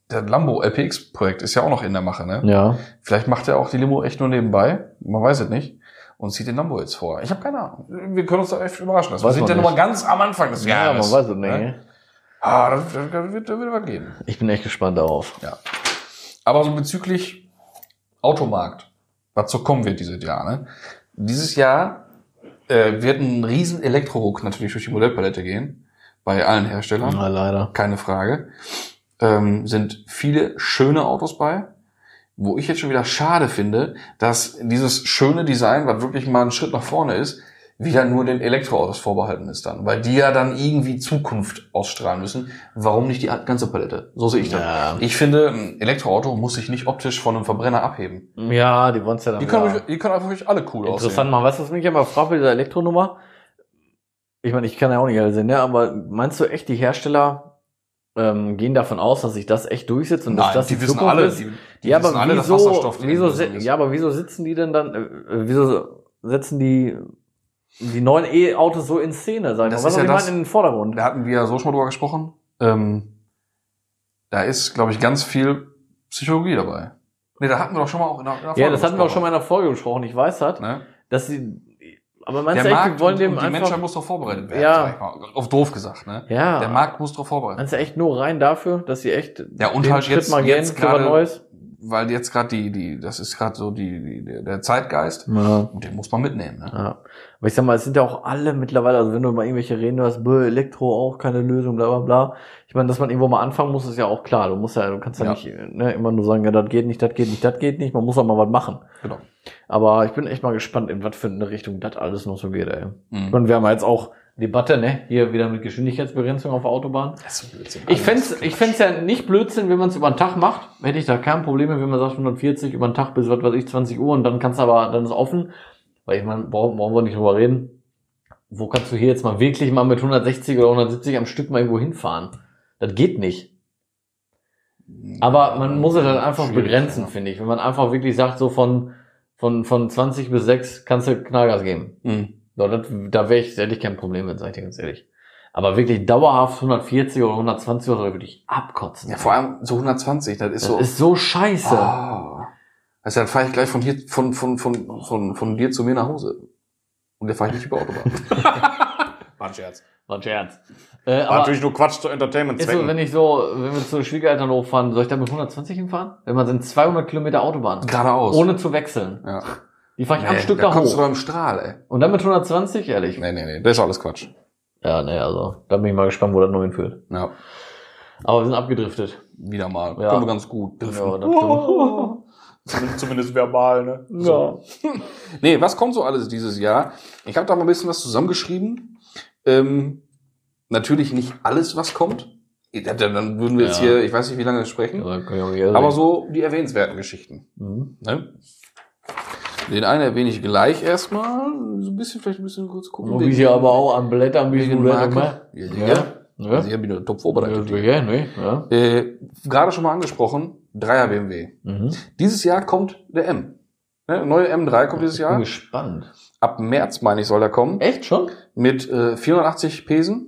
der Lambo LPX-Projekt ist ja auch noch in der Mache, ne? ja. Vielleicht macht er auch die Limo echt nur nebenbei, man weiß es nicht, und zieht den Lambo jetzt vor. Ich habe keine Ahnung. Wir können uns da echt überraschen lassen. Wir Weiß sind man ja nur mal nicht. ganz am Anfang des Ja, man Jahres. weiß es nicht. ne? Ah, das, das, das wird, das wird was geben. Ich bin echt gespannt darauf. Aber so bezüglich Automarkt, was so kommen wird dieses Jahr, ne? Dieses Jahr äh, wird ein riesen Elektroruck natürlich durch die Modellpalette gehen, bei allen Herstellern. Ja, leider. keine Frage. Ähm, sind viele schöne Autos bei. Wo ich jetzt schon wieder schade finde, dass dieses schöne Design, was wirklich mal ein Schritt nach vorne ist, wieder nur den Elektroautos vorbehalten ist dann. Weil die ja dann irgendwie Zukunft ausstrahlen müssen. Warum nicht die ganze Palette? So sehe ich das. Ja, Ich finde, ein Elektroauto muss sich nicht optisch von einem Verbrenner abheben. ja die wollen es ja dann Die können, wieder- ruhig- die können einfach wirklich alle cool Interessant mal, weißt du, was mich immer fragt bei dieser Elektronummer? Ich meine, ich kann ja auch nicht alle sehen, ne? aber meinst du echt, die Hersteller ähm, gehen davon aus, dass sich das echt durchsetzt und aussehen. dass das die wissen Zukunft alle, ist? die, die ja, wissen aber alle, dass wieso, Wasserstoff die wieso, Lösung si- ist. ja, aber wieso sitzen die denn dann, äh, äh, wieso setzen die die neuen E-Autos so in Szene, sagen wir Das mal, was ist auch ja immer das- in den Vordergrund? da hatten wir ja so schon mal drüber gesprochen, ähm, da ist, glaube ich, ganz viel Psychologie dabei. Nee, da hatten wir doch schon mal auch in der, in der Ja, Folge das hatten wir auch schon gesprochen, mal in der Folge besprochen, ich weiß das, Ne? dass sie, aber meinst Der du echt, Markt die wollen und, dem und die einfach, Menschheit muss doch vorbereitet werden, Ja. sag ich mal. Auf doof gesagt, ne? ja, Also- Der Markt muss doch vorbereitet Meinst du echt nur rein dafür, dass sie echt Ja, und halt jetzt- mal gehen jetzt für was gerade- Neues? werden. Weil jetzt gerade die, die, das ist gerade so die, die, der- der Zeitgeist. Ja. Und den muss man mitnehmen, ne? Aber ich sag mal, es sind ja auch alle mittlerweile, also wenn du mal irgendwelche reden hörst, bö, Elektro auch keine Lösung, bla bla bla. Ich meine, dass man irgendwo mal anfangen muss, ist ja auch klar. Du musst ja, du kannst ja, Ja. nicht ne, immer nur sagen, ja, das geht nicht, das geht nicht, das geht nicht. Man muss auch mal was machen. Genau. Aber ich bin echt mal gespannt, in was für eine Richtung das alles noch so geht, ey. Ich Mhm. meine, wir haben ja jetzt auch Debatte, ne? Hier wieder mit Geschwindigkeitsbegrenzung auf der Autobahn. Das ist Blödsinn. Ich Alles fänd's, Quatsch. ich fänd's ja nicht Blödsinn, wenn man es über den Tag macht. Hätte ich da kein Problem, mit, wenn man sagt 140 über den Tag bis, was weiß ich, 20 Uhr und dann kannst du aber, dann ist offen. Weil ich meine, brauchen, brauchen wir nicht drüber reden. Wo kannst du hier jetzt mal wirklich mal mit 160 oder 170 am Stück mal irgendwo hinfahren? Das geht nicht. Aber man muss es dann einfach Schwierig, begrenzen, ja. finde ich. Wenn man einfach wirklich sagt, so von, von, von 20 bis 6 kannst du Knallgas geben. Mhm. So, das, da wäre ich, da hätte ich kein Problem mit, sag ich dir ganz ehrlich. Aber wirklich dauerhaft 140 oder 120 oder so würde ich abkotzen. Ja, vor allem so 120, das ist das so. ist so scheiße. Ah. Also dann fahre ich gleich von hier, von, von, von, von, von dir zu mir nach Hause. Und da fahre ich nicht über Autobahn. War ein Scherz. War ein Scherz. Äh, aber nur Quatsch zu Entertainment ist so, wenn ich so, wenn wir zu Schwiegereltern hochfahren, soll ich da mit 120 hinfahren? Wenn man sind 200 Kilometer Autobahn. Geradeaus. Ohne zu wechseln. ja. Die fahre ich am Nee, Stück da da kommst du hoch. doch im Strahl, ey. Und dann mit 120, ehrlich. Nee, nee, nee, das ist alles Quatsch. Ja, nee, also, da bin ich mal gespannt, wo das noch hinführt. Ja, Aber wir sind abgedriftet. wieder mal. Ja. Können wir ganz gut. Ja, das Oh. Zumindest verbal, ne? ja. Nee, was kommt so alles dieses Jahr? Ich habe da mal ein bisschen was zusammengeschrieben. Ähm, natürlich nicht alles, was kommt. Ja, Dann dann würden wir jetzt Ja. hier, ich weiß nicht, wie lange sprechen. da kann ich auch nicht ehrlich Aber sein. so die erwähnenswerten Geschichten. Mhm. Ne? Den einen erwähne ich gleich erstmal. So ein bisschen, vielleicht ein bisschen kurz gucken. So wie sie aber auch an Blättern, wie sie wegen Blätter Marke. machen. Ja, ne? Ja. sicher. Ja. Also ich habe ihn top vorbereitet. Ja, ja, ne? Ja. Äh, gerade schon mal angesprochen, Dreier BMW. Mhm. Dieses Jahr kommt der M. Ne? Neue M3 kommt dieses Ich bin Jahr. gespannt. Ab März, meine ich, soll der kommen. Echt schon? Mit äh, 480 Pesen.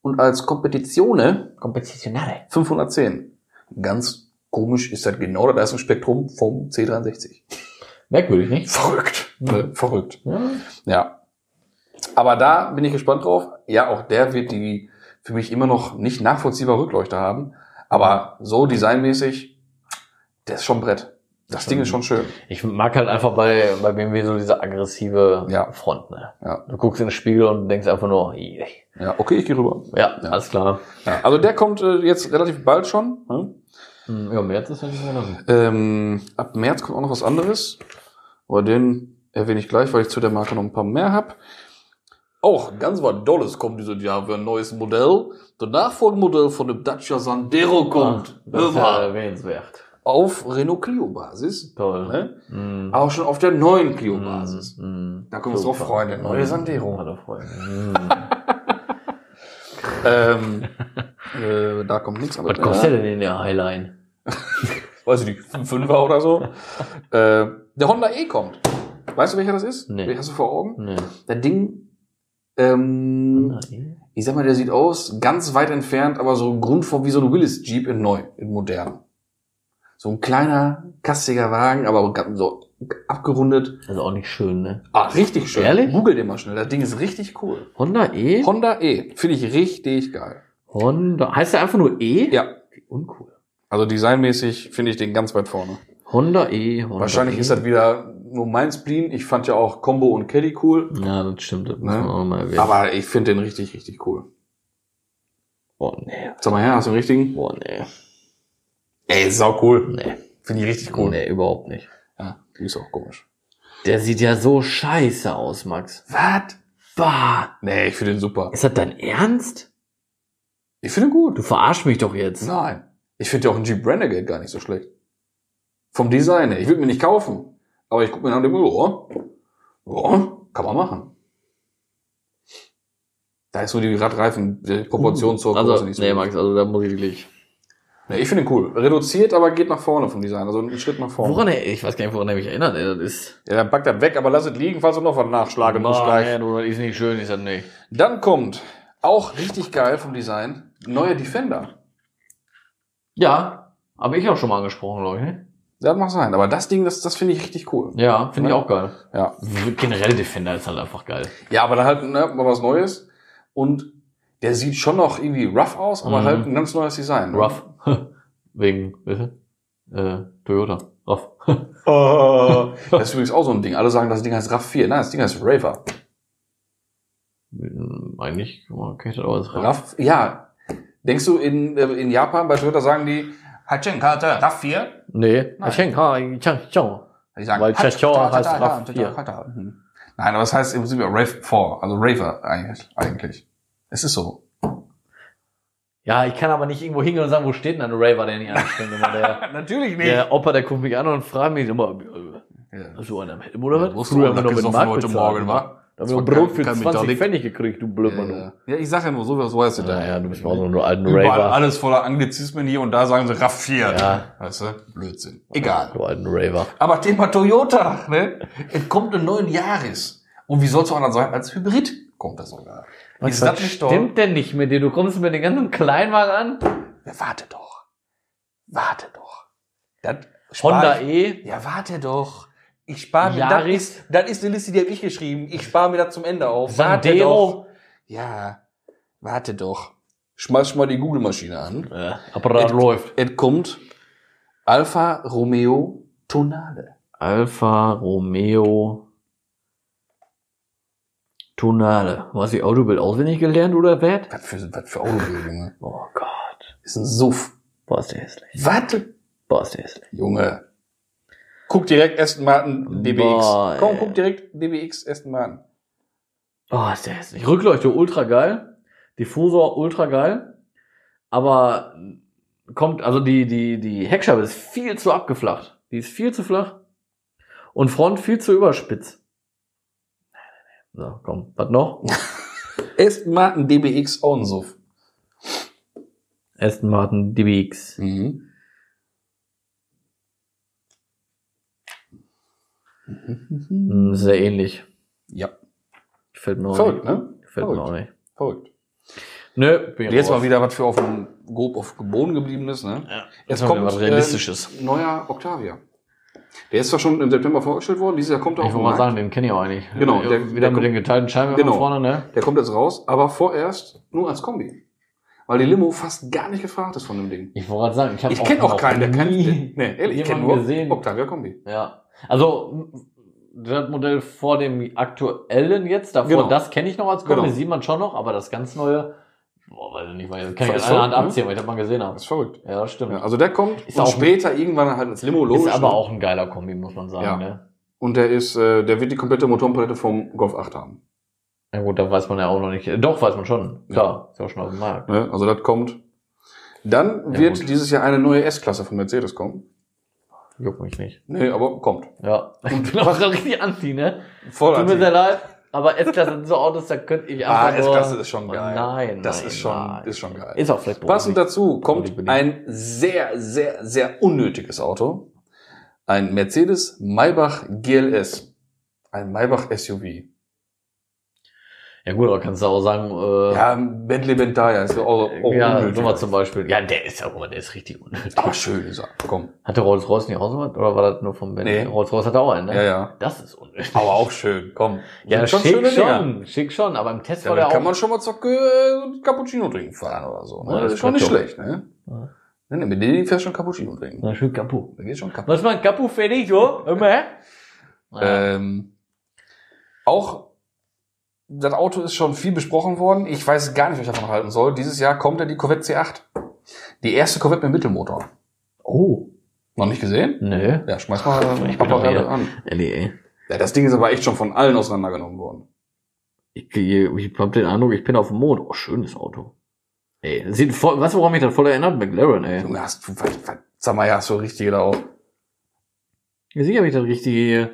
Und als Kompetitione Kompetitionare. 510. Ganz komisch ist das genau das erste Spektrum vom C63. Merkwürdig, nicht? Verrückt. Ne? Verrückt. Ja. Ja. Aber da bin ich gespannt drauf. Ja, auch der wird die für mich immer noch nicht nachvollziehbar Rückleuchter haben. Aber so designmäßig, der ist schon Brett. Das Ding ist schon schön. Ich mag halt einfach bei, bei BMW so diese aggressive Ja. Front. Ne? Ja. Du guckst in den Spiegel und denkst einfach nur, yeah. Ja, okay, ich gehe rüber. ja, Ja. alles klar. Ja, also der kommt äh, jetzt relativ bald schon. Ne? Hm, Ja, mehr ist ja nicht mehr lang. Ähm, ab März kommt auch noch was anderes. Aber den erwähne ich gleich, weil ich zu der Marke noch ein paar mehr hab. Auch ganz was Dolles kommt dieses Jahr für ein neues Modell. Das Nachfolgemodell von dem Dacia Sandero kommt. Ah, Das ist Hör ja mal. erwähnenswert. Auf Renault Clio Basis. Toll. Ne? Mhm. Aber schon auf der neuen Clio Mhm. Basis. Mhm. Da können wir uns Super. drauf freuen, der neue Mhm. Sandero. Hallo Freunde. Hm. Ähm, äh, da kommt nichts Was anderes. kostet denn in der Highline? Weiß ich nicht, fünf- Fünfer oder so. äh, der Honda E kommt. Weißt du, welcher das ist? Nee. Welchen hast du vor Augen? Nee. Das Ding, E. ähm, ich sag mal, der sieht aus, ganz weit entfernt, aber so grundform wie so ein Willis-Jeep in neu, in modern. So ein kleiner, kastiger Wagen, aber ga- so abgerundet. Also auch nicht schön, ne? Ah, richtig schön. Ehrlich? Google den mal schnell. Das Ding ist richtig cool. Honda E? Honda E. Finde ich richtig geil. Honda. Heißt der einfach nur E? Ja. Uncool. Also designmäßig finde ich den ganz weit vorne. Honda E. Honda Wahrscheinlich e. ist das wieder nur mein Spleen. Ich fand ja auch Combo und Caddy cool. Ja, das stimmt. Das muss Ne? man auch mal erwähnen. Aber ich finde den richtig, richtig cool. Boah, nee. Sag mal her, hast du den richtigen? Boah, nee. Ey, sau cool. Nee. Finde ich richtig cool. Nee, überhaupt nicht. Ja, ist auch komisch. Der sieht ja so scheiße aus, Max. Was? Bah. Nee, ich finde den super. Ist das dein Ernst? Ich finde ihn gut. Du verarsch mich doch jetzt. Nein. Ich finde ja auch einen Jeep Renegade gar nicht so schlecht. Vom Design her. Ich würde mir nicht kaufen. Aber ich gucke mir an dem, oh, oh, kann man machen. Da ist so die Radreifen, die Proportion zur Also, Größe nicht so nee, gut. Max, also da muss ich wirklich. Nee, ich finde ihn cool. Reduziert, aber geht nach vorne vom Design. Also einen Schritt nach vorne. Woran er, ich weiß gar nicht, woran er mich erinnert, ey, das ist. Ja, dann packt das weg, aber lass es liegen, falls du noch was nachschlagen musst Boah, gleich. nee, du, das ist nicht schön, ist das nicht. Dann kommt, auch richtig geil vom Design, neuer Defender. Ja, aber ich auch schon mal angesprochen, glaube ich, ne? Das mag sein, aber das Ding, das, das finde ich richtig cool. Ja, finde Ja. ich auch geil. Ja. Generell Defender ist halt einfach geil. Ja, aber dann halt ne, mal was Neues. Und der sieht schon noch irgendwie rough aus, aber Mhm. halt ein ganz neues Design. ne? Rough. Wegen, weißt du? Äh, Toyota. Rough. Oh. Das ist übrigens auch so ein Ding. Alle sagen, das Ding heißt RAV 4. Nein, das Ding heißt Raver. Hm, Eigentlich, man kennt das auch als Rough. RAV, ja. Denkst du, in, äh, in Japan bei Toyota sagen die Hachenkarte RAV 4? Nee, Nein. ich denke, ha, ich denk, ja. Die sagen, Weil Hatch- Cheshire heißt Hatch- RAV4. Hatch- Hatch- Hatch- Hatch- Mhm. Nein, aber es heißt im Prinzip ja RAV 4, also Raver eigentlich, eigentlich. Es ist so. Ja, ich kann aber nicht irgendwo hingehen und sagen, wo steht denn ein Raver, der nicht anstrengt? Immer der, Natürlich der Opa, der guckt mich an und fragt mich immer, äh, Ja. hast du einen am Helm oder was? Wusstest du, dass das Mark heute bezahlt, Morgen wa? war? Da Das haben wir war Brot kein- für kein 20 Metalik. Pfennig gekriegt, du Blödmann. Ja, ja, ich sag ja nur so, was weißt du du. da? Naja, du bist mal so ein alten Überall Raver. alles voller Anglizismen hier und da sagen sie RAV 4. Ja. Weißt du? Blödsinn. Egal. Du alten Raver. Aber Thema Toyota, ne? Es kommt im neuen Jahres. Und wie soll's auch anders sein? Als Hybrid kommt das sogar. Was, was stimmt denn nicht mit dir? Du kommst mit den ganzen Kleinwagen an. Ja, warte doch. Warte doch. Das Honda spar ich- E. Ja, warte doch. Ich spare mir das Yaris. ist, das ist eine Liste, die habe ich geschrieben. Ich spare mir das zum Ende auf. Warte doch. Sandero. Ja, warte doch. Schmeiß mal die Google-Maschine an. Ja, Apparat läuft. Es kommt Alfa Romeo Tonale. Alfa Romeo Tonale. Hast du die Autobild auswendig gelernt oder was? Was für, was für Augenbild, Junge. Oh Gott. Ist ein Suff. Boah, ist der hässlich. Warte. Boah, ist der hässlich. Junge. Guck direkt Aston Martin DBX. Boah, Komm, ey. guck direkt DBX Aston Martin. Boah, Oh, ist der hässlich. Rückleuchte ultra geil. Diffusor ultra geil. Aber kommt, also die, die, die Heckscheibe ist viel zu abgeflacht. Die ist viel zu flach. Und Front viel zu überspitz. So, komm, was noch? Aston Martin DBX auch ein Suff. Aston Martin DBX. Mhm. Hm, Sehr ähnlich. Ja. Gefällt mir auch Verrückt, nicht. ne? Gefällt mir Verrückt. auch nicht. Verrückt. Nö, bin Jetzt raus. mal wieder was für auf dem, grob auf dem Boden gebliebenes, ne? Ja. Jetzt Jetzt kommt mal was Realistisches. Äh, neuer Octavia. Der ist zwar schon im September vorgestellt worden, dieses Jahr kommt er ich auf den wollte mal Markt. sagen, den kenne ich auch eigentlich. Genau, Äh, der- wieder der mit kommt- den geteilten Scheinwerfern Genau. vorne, ne? Der kommt jetzt raus, aber vorerst nur als Kombi. Weil die Limo fast gar nicht gefragt ist von dem Ding. Ich wollte gerade sagen, ich habe Ich kenne auch keinen, der kann. Nee, ehrlich, ich kenne nur gesehen. Octavia Kombi. Ja. Also m- das Modell vor dem aktuellen jetzt, davor, Genau. das kenne ich noch als Kombi, Genau. sieht man schon noch, aber das ganz neue, boah, weiß ich nicht, weil das kann Ver- ich an einer Hand verrückt, ne? abziehen, weil ich das mal gesehen habe. Das ist verrückt. Ja, das stimmt. Ja, also der kommt Ist und auch- später irgendwann halt als Limo logisch. ist aber ne? auch ein geiler Kombi, muss man sagen. Ja. Ne? Und der ist, äh, der wird die komplette Motorenpalette vom Golf 8 haben. Na gut, da weiß man ja auch noch nicht. Doch, weiß man schon. Klar, ist ja auch schon auf dem Markt. Ne? Also das kommt. Dann Ja, wird gut. dieses Jahr eine neue S-Klasse von Mercedes kommen. Juckt mich nicht. Nee, aber kommt. Ja. Ich bin auch gerade richtig anti, ne? Voll Tut mir anti. sehr leid. Aber S-Klasse sind so Autos, da könnte ich Ah, einfach nur- Oh S-Klasse ist schon geil. Nein, Das nein, ist schon- nein. ist schon geil. Ist auch vielleicht Passend beruflich. dazu Vorlieb kommt beliebt. ein sehr, sehr, sehr unnötiges Auto. Ein Mercedes Maybach GLS. Ein Maybach SUV. Ja gut, aber kannst du auch sagen, äh, Ja, ein Bentley Bentayga ist auch, auch ja, unnötig. so mal zum Beispiel. Ja, der ist ja, guck mal, der ist richtig unnötig. Aber schön ist er. Komm. Hatte Rolls-Royce nicht auch so was? Oder war das nur vom Ben? Nee. Rolls-Royce hatte auch einen, ne? Ja, ja. Das ist unnötig. Aber auch schön. Komm. ja, Sind schick Dinger. schon, schick schon. Aber im Test war Damit der kann auch. man schon mal zur äh, Cappuccino trinken fahren oder so. Ne? Ja, das das ist schon kommt nicht schon. schlecht, ne? Ja. Nee, nee, mit denen fährst du schon Cappuccino trinken. Na, schön Kapu. Da geht schon Cappuccino. Was man Kapu fertig, so? Immer? Ja. Ähm, auch das Auto ist schon viel besprochen worden. Ich weiß gar nicht, was ich davon halten soll. Dieses Jahr kommt ja die Corvette C8. Die erste Corvette mit Mittelmotor. Oh. Noch nicht gesehen? Nö. E Ja, schmeiß mal Ich bin doch Apparate hier. Äh, an. Nee, Ja, das Ding ist aber echt schon von allen auseinandergenommen worden. ich, ich, ich hab den Eindruck, ich bin auf dem Mond. Oh, schönes Auto. Ey, sieht voll, weißt du, woran mich das voll erinnert? McLaren, ey. Junge, hast du, was, was, sag mal, ja, hast du richtige da auch. Ja, sicher hab ich das richtige hier.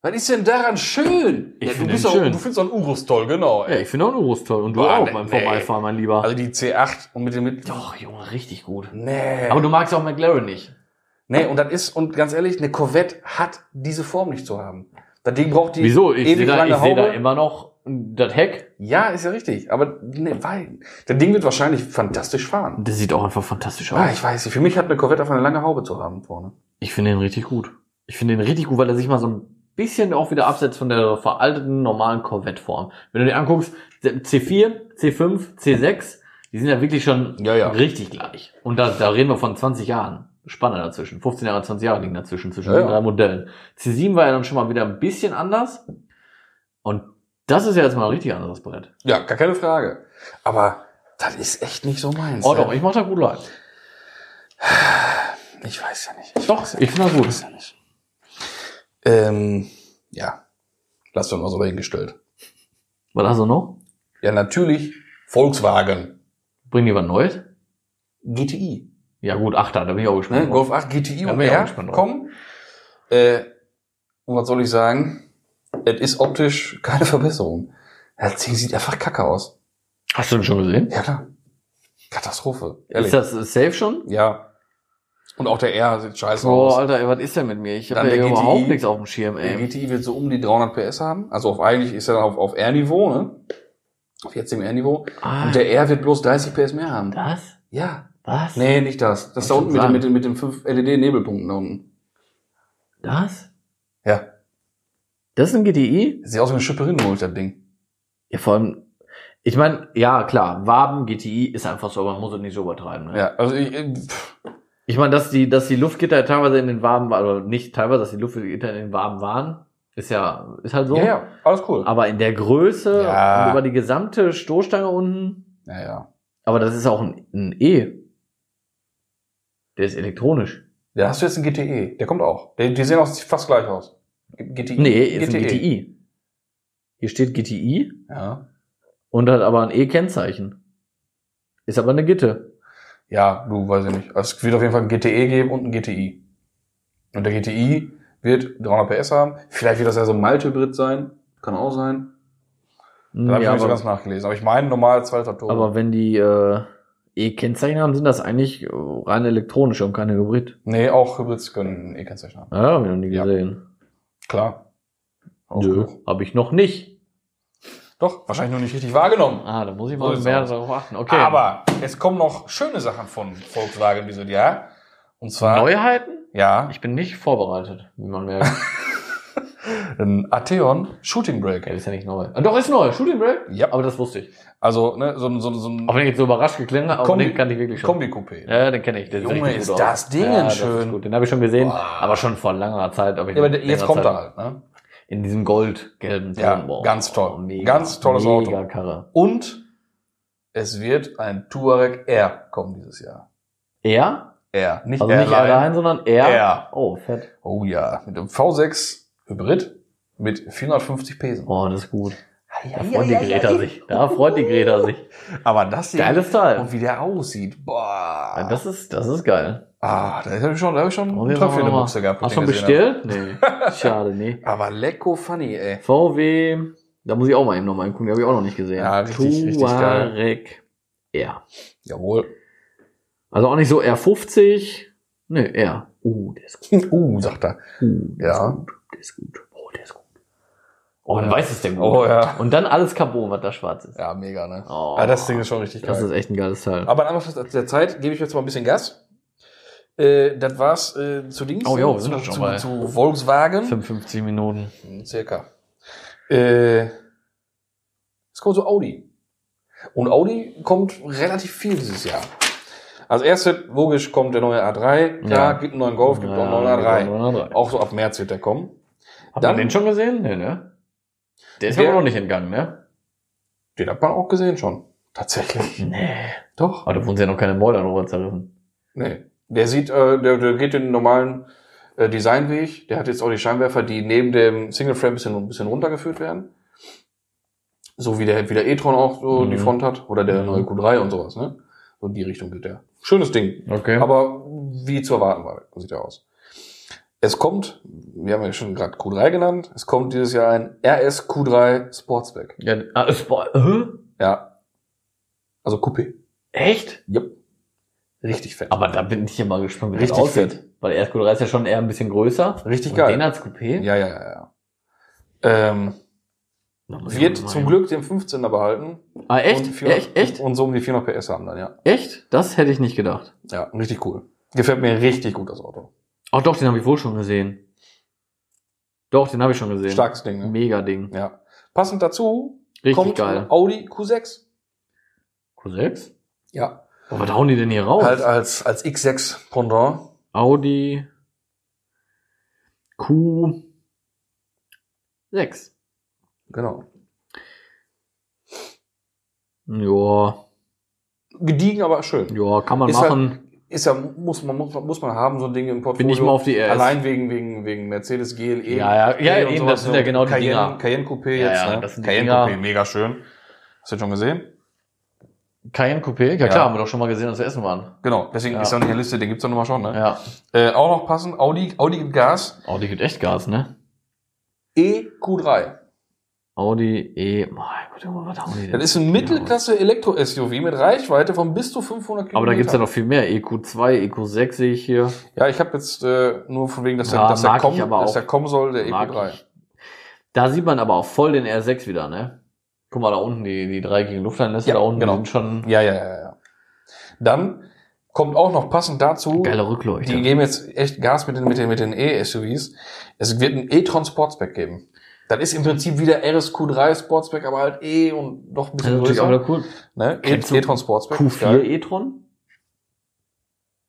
Was ist denn daran schön? Ich ja, du, find bist den auch, schön. du findest auch einen Urus toll, genau. Ja, Ey. ich finde auch einen Urus toll. Und du Boah, auch nee, beim nee. Vorbeifahren, mein Lieber. Also die C8 und mit dem mit. ne, Doch, Junge, richtig gut. Nee. Aber du magst auch McLaren nicht. nee, und das ist, und ganz ehrlich, eine Corvette hat diese Form nicht zu haben. Das Ding braucht die Wieso? Ich sehe ewig da, lange ich seh da Haube. immer noch das Heck. Ja, ist ja richtig. Aber ne, weil, das Ding wird wahrscheinlich fantastisch fahren. Das sieht auch einfach fantastisch aus. Ah, ich weiß nicht. Für mich hat eine Corvette einfach eine lange Haube zu haben vorne. Ich finde den richtig gut. Ich finde den richtig gut, weil er sich mal so ein bisschen auch wieder absetzt von der veralteten normalen Corvette-Form. Wenn du dir anguckst, C4, C5, C6, die sind ja wirklich schon Ja, ja. richtig gleich. Und da, da reden wir von 20 Jahren. Spanne dazwischen. 15 Jahre, 20 Jahre liegen dazwischen, zwischen Ja, den ja. drei Modellen. C7 war ja dann schon mal wieder ein bisschen anders. Und das ist ja jetzt mal ein richtig anderes Brett. Ja, gar keine Frage. Aber das ist echt nicht so meins. Oh ne? doch, ich mach da gut Leute. Ich weiß ja nicht. Ich Doch, weiß ja ich finde das weiß gut. ja nicht. Ähm, ja. Lass uns mal so dahingestellt. Was hast du noch? Ja, natürlich Volkswagen Bringen die was Neues? GTI. Ja gut, Achter, da bin ich auch Ne? gespannt. drauf. Golf 8 GTI Da und bin ich auch R gespannt drauf. kommen. Äh, und was soll ich sagen? Es ist optisch keine Verbesserung. Das Ding sieht einfach kacke aus. Hast du den schon gesehen? Ja, klar. Katastrophe. Ist das äh, safe schon? Ja. Und auch der R sieht scheiße Oh, aus. Alter, ey, was ist denn mit mir? Ich Dann habe ja der hier GTI. überhaupt nichts auf dem Schirm, Der ey. GTI wird so um die 300 PS haben. Also auf, eigentlich ist er auf, auf R-Niveau, ne? Auf jetzigem R-Niveau. Ah, Und der R wird bloß 30 PS mehr haben. das? Ja. Was? Nee, nicht das. Das da Kann unten mit, dem- schon mit, dem- mit den fünf LED-Nebelpunkten da unten. Das? Ja. Das ist ein GTI? Sieht aus wie eine Schipperin, holt das Ding. Ja, vor allem, ich meine, ja, klar, Waben, GTI ist einfach so, aber man muss es nicht so übertreiben. Ne? Ja, also ich, äh, pff, Ich meine, dass die, dass die Luftgitter teilweise in den Waben waren, oder nicht teilweise, dass die Luftgitter in den Waben waren, ist ja, ist halt so. ja, ja, alles cool. Aber in der Größe, Ja. und über die gesamte Stoßstange unten, Ja, ja. aber das ist auch ein, ein E. Der ist elektronisch. Da hast du jetzt einen GTE. E? Der kommt auch. Die, die sehen auch fast gleich aus. G- E. GTI. Nee, ist ein E. GTI. Hier steht GTI Ja. und hat aber ein E-Kennzeichen. Ist aber eine Gitte. ja, du, weiß ich nicht. Also es wird auf jeden Fall ein GTE geben und ein GTI. Und der GTI wird 300 PS haben. Vielleicht wird das ja so ein Mild-Hybrid sein. Kann auch sein. Da habe ich Hm, Ja, noch nicht so ganz aber, nachgelesen. Aber ich meine, normal 2 Turbo. aber wenn die äh, E-Kennzeichen haben, sind das eigentlich äh, rein elektronische und keine Hybrid. nee, auch Hybrids können E-Kennzeichen haben. Ja, hab ich noch nie Ja. gesehen. Klar. Auch Nö, genug. habe ich noch nicht. Doch, wahrscheinlich noch nicht richtig wahrgenommen. Ah, da muss ich So mal sieht's mehr aus. darauf achten. Okay. Aber es kommen noch schöne Sachen von Volkswagen dieses Jahr. Und zwar, Neuheiten? ja, Ich bin nicht vorbereitet, wie man merkt. ein Atheon Shooting ja, Brake. ist ja nicht neu. Ah, Doch, ist neu. Shooting Break? Ja. Aber das wusste ich. Also, ne, so, ein- so, ein- so ein Auch wenn ich jetzt so überrascht geklingelt habe, aber Kombi- den kann ich wirklich schon. Kombi-Coupé. Ja. Ja, den kenne ich. Den Junge, sieht richtig ist gut aus. das Ding ja, das schön. Ist gut. Den habe ich schon gesehen, Boah. aber schon vor langer Zeit. Aber ich aber der- jetzt länger kommt Zeit. er halt, ne? In diesem goldgelben Ja, Ton. Boah, oh, ganz toll. Ganz tolles mega Auto. Karre. Und es wird ein Touareg R kommen dieses Jahr. Er? R, nicht Also nicht Airline. allein, sondern er. Er. Oh, fett. Oh ja, mit dem V6 Hybrid mit 450 Pesen. Oh, das ist gut. Da freut die Greta sich. Da freut die Greta sich. Aber das hier Geiles Teil. und wie der aussieht. Boah. Ja, Das ist, das ist geil. ah, da habe ich schon, da hab ich schon Und einen jetzt Treffer in der machen wir Buchse gehabt. Hast du den schon ich gesehen bestellt? Nee. Schade, nee. hab. Aber lecko funny, ey. VW, da muss ich auch mal eben nochmal gucken, die habe ich auch noch nicht gesehen. Ja, richtig, richtig geil. Touareg R. Jawohl. Also auch nicht so R50. Nee, R. Uh, der ist gut. Uh, sagt er. Uh, der Ja. ist gut. Der ist gut. Oh, der ist gut. Oh, man Ja. weiß es denn gut. Oh ja. Und dann alles Carbon, was da schwarz ist. Ja, mega, ne? Oh. Ah, das Ding ist schon richtig Das geil. ist echt ein geiles Teil. Aber in Anbetracht der Zeit gebe ich jetzt mal ein bisschen Gas. Äh, das war's äh, zu Dings. Oh ja, wir zu, sind doch schon zu, bei- zu Volkswagen. 55 Minuten. Circa. Äh, jetzt kommt so Audi. Und Audi kommt relativ viel dieses Jahr. Als erstes, logisch, kommt der neue A3. Klar, Ja. gibt einen neuen Golf, gibt auch einen neuen A3. Auch so ab März wird der kommen. Hat Dann- man den schon gesehen? Nee, ne? Der ist Der- mir aber noch nicht entgangen, ne? Den hat man auch gesehen schon. Tatsächlich. Nee. Doch. Aber da wurden sie ja noch keine Mäuler drüber zerrissen. Nee. Der sieht, äh, der, der geht den normalen äh, Designweg. Der hat jetzt auch die Scheinwerfer, die neben dem Single Frame ein bisschen, ein bisschen runtergeführt werden. So wie der, wie der e-tron auch so Mhm. die Front hat. Oder der Mhm. neue Q3 und sowas, ne? So in die Richtung geht der. Schönes Ding. Okay. Aber wie zu erwarten war, sieht er aus. Es kommt, wir haben ja schon gerade Q3 genannt, es kommt dieses Jahr ein RS Q3 Sportsback. ja, ah, es war- hä? Ja. Also Coupé. Echt? Richtig fett. Aber da bin ich ja mal gespannt, wie das Richtig aussieht. Weil der RQ3 ist ja schon eher ein bisschen größer. Richtig Und geil. den als Coupé. Ja, ja, ja, ja. Ähm, Da muss ich wird mal rein. zum Glück den 15er behalten. Ah, Und, echt? 400, Echt? Echt? und so um die 400 PS haben dann, ja. Echt? Das hätte ich nicht gedacht. Ja, richtig cool. Gefällt mir richtig gut, das Auto. Ach doch, den habe ich wohl schon gesehen. Doch, den habe ich schon gesehen. Starkes Ding, ne? Mega Ding. Ja. Passend dazu Richtig kommt ein geil. Audi Q6. Q6? Ja. Oh, was hauen die denn hier raus? Halt als, als X6 Pendant. Audi Q6. Genau. Ja, Gediegen, aber schön. ja, kann man Ist halt machen. Ist ja, muss man, muss man, muss man haben, so ein Ding im Portfolio. Bin ich mal auf die RS. Allein wegen, wegen, wegen Mercedes E. GLE. Ja, ja, ja, Cayenne und eben, sowas, das sind ne? ja genau die Cayenne, Dinger. Cayenne Coupé Ja, jetzt, ja, ne? das sind die Cayenne Dinger. Coupé, mega schön. Hast du das schon gesehen? Cayenne Coupé, ja, Ja. klar, haben wir doch schon mal gesehen, als wir essen waren. Genau, deswegen Ja. ist er in der Liste, den gibt's doch nochmal schon, ne? Ja, Äh, auch noch passend, Audi, Audi gibt Gas, E Audi gibt echt Gas, ne? EQ3. Audi E, mein Gott, Junge, was hauen die denn? Das ist ein Mittelklasse Elektro-SUV mit Reichweite von bis zu 500 Kilometer. Aber da gibt's ja noch viel mehr. E EQ2, EQ6 sehe ich hier. Ja, ich habe jetzt äh, nur von wegen, dass, der, Ja, dass, der mag ich kommen, aber dass auch. der kommen soll, der E Mag EQ3. ich. Da sieht man aber auch voll den R6 wieder, ne? Guck mal da unten, die, die drei gegen Luftlandlässe Ja, da unten die genau. sind schon Ja, ja, ja, ja. Dann kommt auch noch passend dazu, geile die Rückleuchte. geben jetzt echt Gas mit den, mit den, E mit den E-SUVs. Es wird ein E-Tron Sportsback geben. Das ist im Prinzip wie der RSQ3 Sportsback, aber halt E und noch ein das bisschen ist natürlich auch größer. wieder cool. Ne? E- Kennst du E-Tron Sportsback. Q4 geil. e-tron?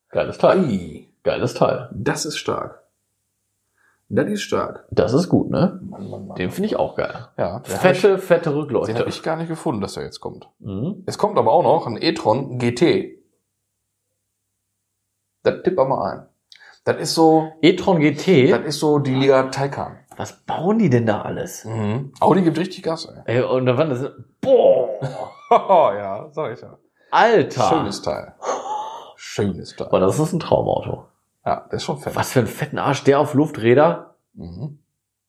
Geiles Teil. Ei, Geiles Teil. das ist stark. Das ist stark. Das ist gut, ne? Mann, Mann, Mann. Den finde ich auch geil. ja, den hab ich- Fette, fette den Rückleuchte. habe ich gar nicht gefunden, dass er jetzt kommt. Mhm. Es kommt aber auch noch ein e-tron GT. Das tipp mal ein. Das ist so, E-tron das GT. ist so die Liga Taycan. Was bauen die denn da alles? Audi gibt richtig Gas, ey. Ey, und da waren das. Boah! Oh, ja, sag ich ja. Alter! Schönes Teil. Schönes Teil. Aber das ist ein Traumauto. Ja, der ist schon fett. Was für ein fetten Arsch, der auf Lufträder. Mhm.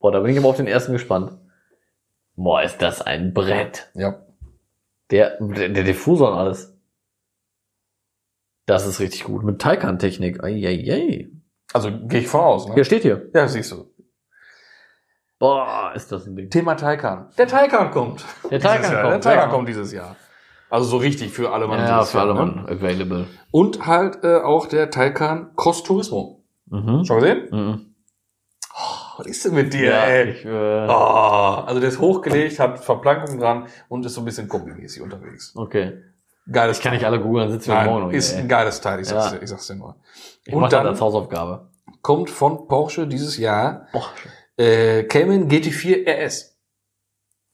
Boah, da bin ich aber auf den ersten gespannt. Boah, ist das ein Brett. Ja. Der, der, der Diffusor und alles. Das ist richtig gut. Mit Taycan-Technik. Eieiei. Also gehe ich von aus, ne? Ja, steht hier. Ja, siehst du. Boah, ist das ein Ding. Thema Taycan. Der Taycan kommt. Der Dieses Jahr. Der Tiger kommt dieses Jahr. Also so richtig für alle Mann. Ja, dieses für Jahr, alle ne? Mann. Available. Und halt äh, auch der Taycan Cross Turismo. Mhm. Schon gesehen? Mhm. Was ist denn mit dir, Ja, ey? ich, äh, Oh, also der ist hochgelegt, hat Verplankung dran und ist so ein bisschen kombimäßig unterwegs. Okay. Geiles Ich kann nicht alle googeln, dann sitzen wir Teil. morgen Nein, noch ist hier, ein ey. geiles Teil, ich sag's, Ja. dir, ich sag's dir nur. Ich und mach das dann- als Hausaufgabe. Kommt von Porsche dieses Jahr Boah, äh, Cayman GT4 RS.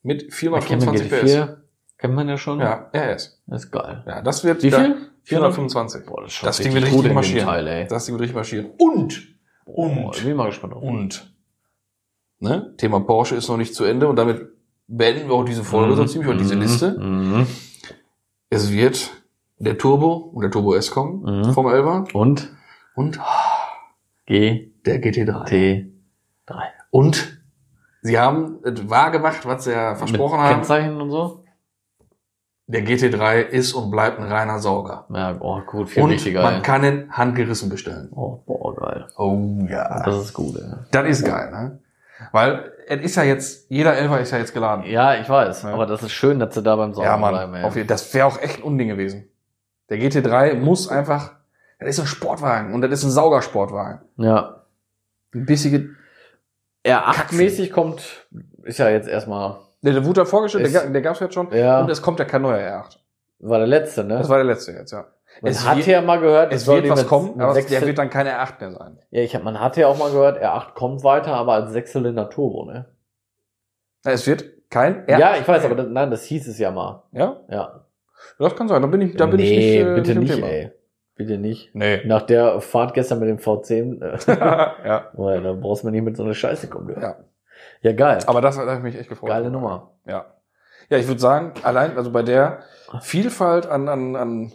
Mit bei Cameron 425 PS. GT4 kennt man ja schon. Ja, RS. Das ist geil. Ja, das wird Wie da- viel? 425. Boah, das ist schon Das Ding wird richtig gut richtig in dem marschieren. Teil, ey. Das Ding wird richtig marschieren. Und Boah, und- ich bin mal gespannt. Auf. und. Ne? Thema Porsche ist noch nicht zu Ende und damit beenden wir auch diese Folge so ziemlich und diese Liste. Mhm. Es wird der Turbo und der Turbo S kommen Mhm. vom Elva Und und G, der GT3. T, Und sie haben es wahr gemacht, was sie ja versprochen mit haben. Kennzeichen und so. Der GT3 ist und bleibt ein reiner Sauger. Ja, oh, gut, viel Und wichtiger. man ey. kann ihn handgerissen bestellen. Oh, boah, geil. Oh ja. Das ist gut, ey. Das ist geil, ne? Weil es ist ja jetzt, jeder Elfer ist ja jetzt geladen. Ja, ich weiß. Ja. Aber das ist schön, dass sie da beim Saugen ja, Mann. bleiben, ey. auf, jeden- das wäre auch echt ein Unding gewesen. Der GT3 muss einfach. Das ist ein Sportwagen und das ist ein Saugersportwagen. ja. Ein bissige. R8-mäßig kommt, ist ja jetzt erstmal, Der, der wurde da vorgestellt, Ist- der, ga- der gab's jetzt schon. ja, Und es kommt der Kanoja R8. war der letzte, ne? Das war der letzte jetzt, ja. man es hat wird- ja mal gehört, Es soll wird was mit- kommen, mit aber Sechszyl- der wird dann keine R8 mehr sein. ja, ich hab, man hat ja auch mal gehört, R8 kommt weiter, aber als Sechszylinder Turbo, ne? Na, Es wird kein Ja, R8. ich weiß, aber das, nein, das hieß es ja mal. Ja? Ja. Das kann sein. Da bin ich, da bin ich nee, nicht. äh, bitte im nicht, Thema. ey. Bitte nicht. Nee. Nach der Fahrt gestern mit dem V10, äh, ja. boah, da brauchst du mir nicht mit so einer Scheiße kommen. du. Ja. ja, geil. Aber das, da hab ich mich echt gefreut. Geile Nummer. Ja. Ja, ich würde sagen, allein, also bei der Vielfalt an, an, an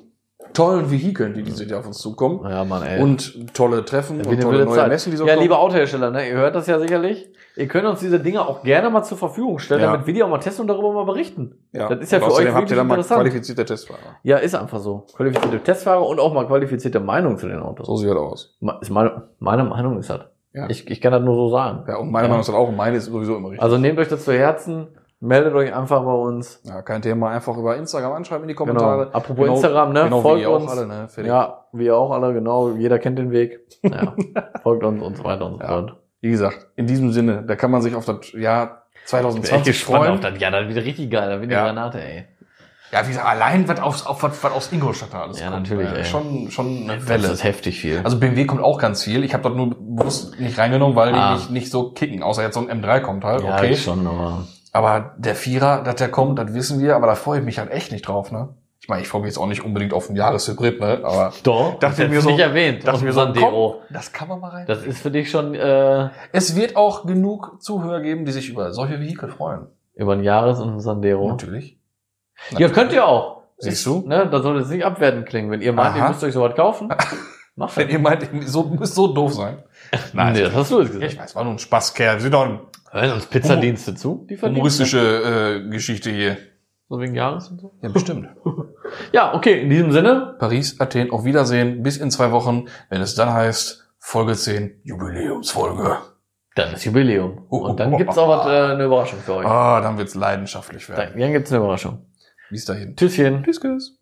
tollen Vehikeln, die diese Jahr auf uns zukommen Mhm. Ja, Mann, ey. und tolle Treffen Ja, und wieder tolle wilde neue Zeit. Messen, die so ja, kommen. liebe Autohersteller, ne, ihr hört das ja sicherlich. Ihr könnt uns diese Dinge auch gerne mal zur Verfügung stellen, Ja. damit wir die auch mal testen und darüber mal berichten. ja. das ist ja Und für euch außerdem habt ihr wirklich dann mal interessant. qualifizierte Testfahrer. Ja, ist einfach so. Qualifizierte Testfahrer und auch mal qualifizierte Meinung zu den Autos. So sieht das aus. Ma- Ist meine, meine Meinung ist das. Ja. Ich, ich kann das nur so sagen. Ja, und meine Ja. Meinung ist das auch, und meine ist sowieso immer richtig. Also nehmt euch das zu Herzen, meldet euch einfach bei uns. ja, kein Thema, einfach über Instagram anschreiben in die Genau. Kommentare. Apropos Genau- Instagram, ne? Genau wie folgt ihr auch uns. alle, ne? Fertig. ja, wir auch alle, genau. Jeder kennt den Weg. Ja. folgt uns und so weiter und so Ja. fort. Wie gesagt, in diesem Sinne, da kann man sich auf das Jahr 2020 freuen. das. Ja, das wird richtig geil. Das wird Ja. Granate, ey. Ja, wie gesagt, allein was aus, auf, was, was aus Ingolstadt da alles Ja, natürlich, ey. Schon, schon eine Das Welle. ist heftig viel. Also BMW kommt auch ganz viel. Ich habe das nur bewusst nicht reingenommen, weil Ah. die nicht, nicht so kicken. Außer jetzt so ein M3 kommt halt, ja, okay. schon, aber. Aber der Vierer, dass der kommt, das wissen wir. Aber da freue ich mich halt echt nicht drauf, ne? Ich meine, ich freue mich jetzt auch nicht unbedingt auf ein Jahreshybrid, ne? Aber Doch, Dachte das mir ist so- nicht erwähnt. dachte Und mir so, Sandero. das kann man mal rein. Das ist für dich schon äh, Es wird auch genug Zuhörer geben, die sich über solche Vehikel freuen. über ein Jahres und ein Sandero. Natürlich. Ja, könnt ihr auch. Siehst du? Ne, da soll es nicht abwertend klingen. Wenn ihr meint, Aha. ihr müsst euch sowas kaufen, macht Wenn das. ihr meint, ihr so, müsst so doof sein. Nein, nee, das hast du jetzt Ja, ich gesagt. weiß, war nur ein Spaßkerl. Wir sind doch eine Hören uns Pizzadienste zu, die humoristische äh, Geschichte hier. So wegen Jahres und so. Ja, bestimmt. Ja, okay, in diesem Sinne. Paris, Athen, auf Wiedersehen, bis in zwei Wochen, wenn es dann heißt, Folge 10, Jubiläumsfolge. Dann ist Jubiläum. Und dann gibt's auch was, äh, eine Überraschung für euch. Ah, dann wird's Ah, leidenschaftlich werden. Dann, dann gibt's eine Überraschung. Bis dahin. Tschüsschen. Tschüss, tschüss.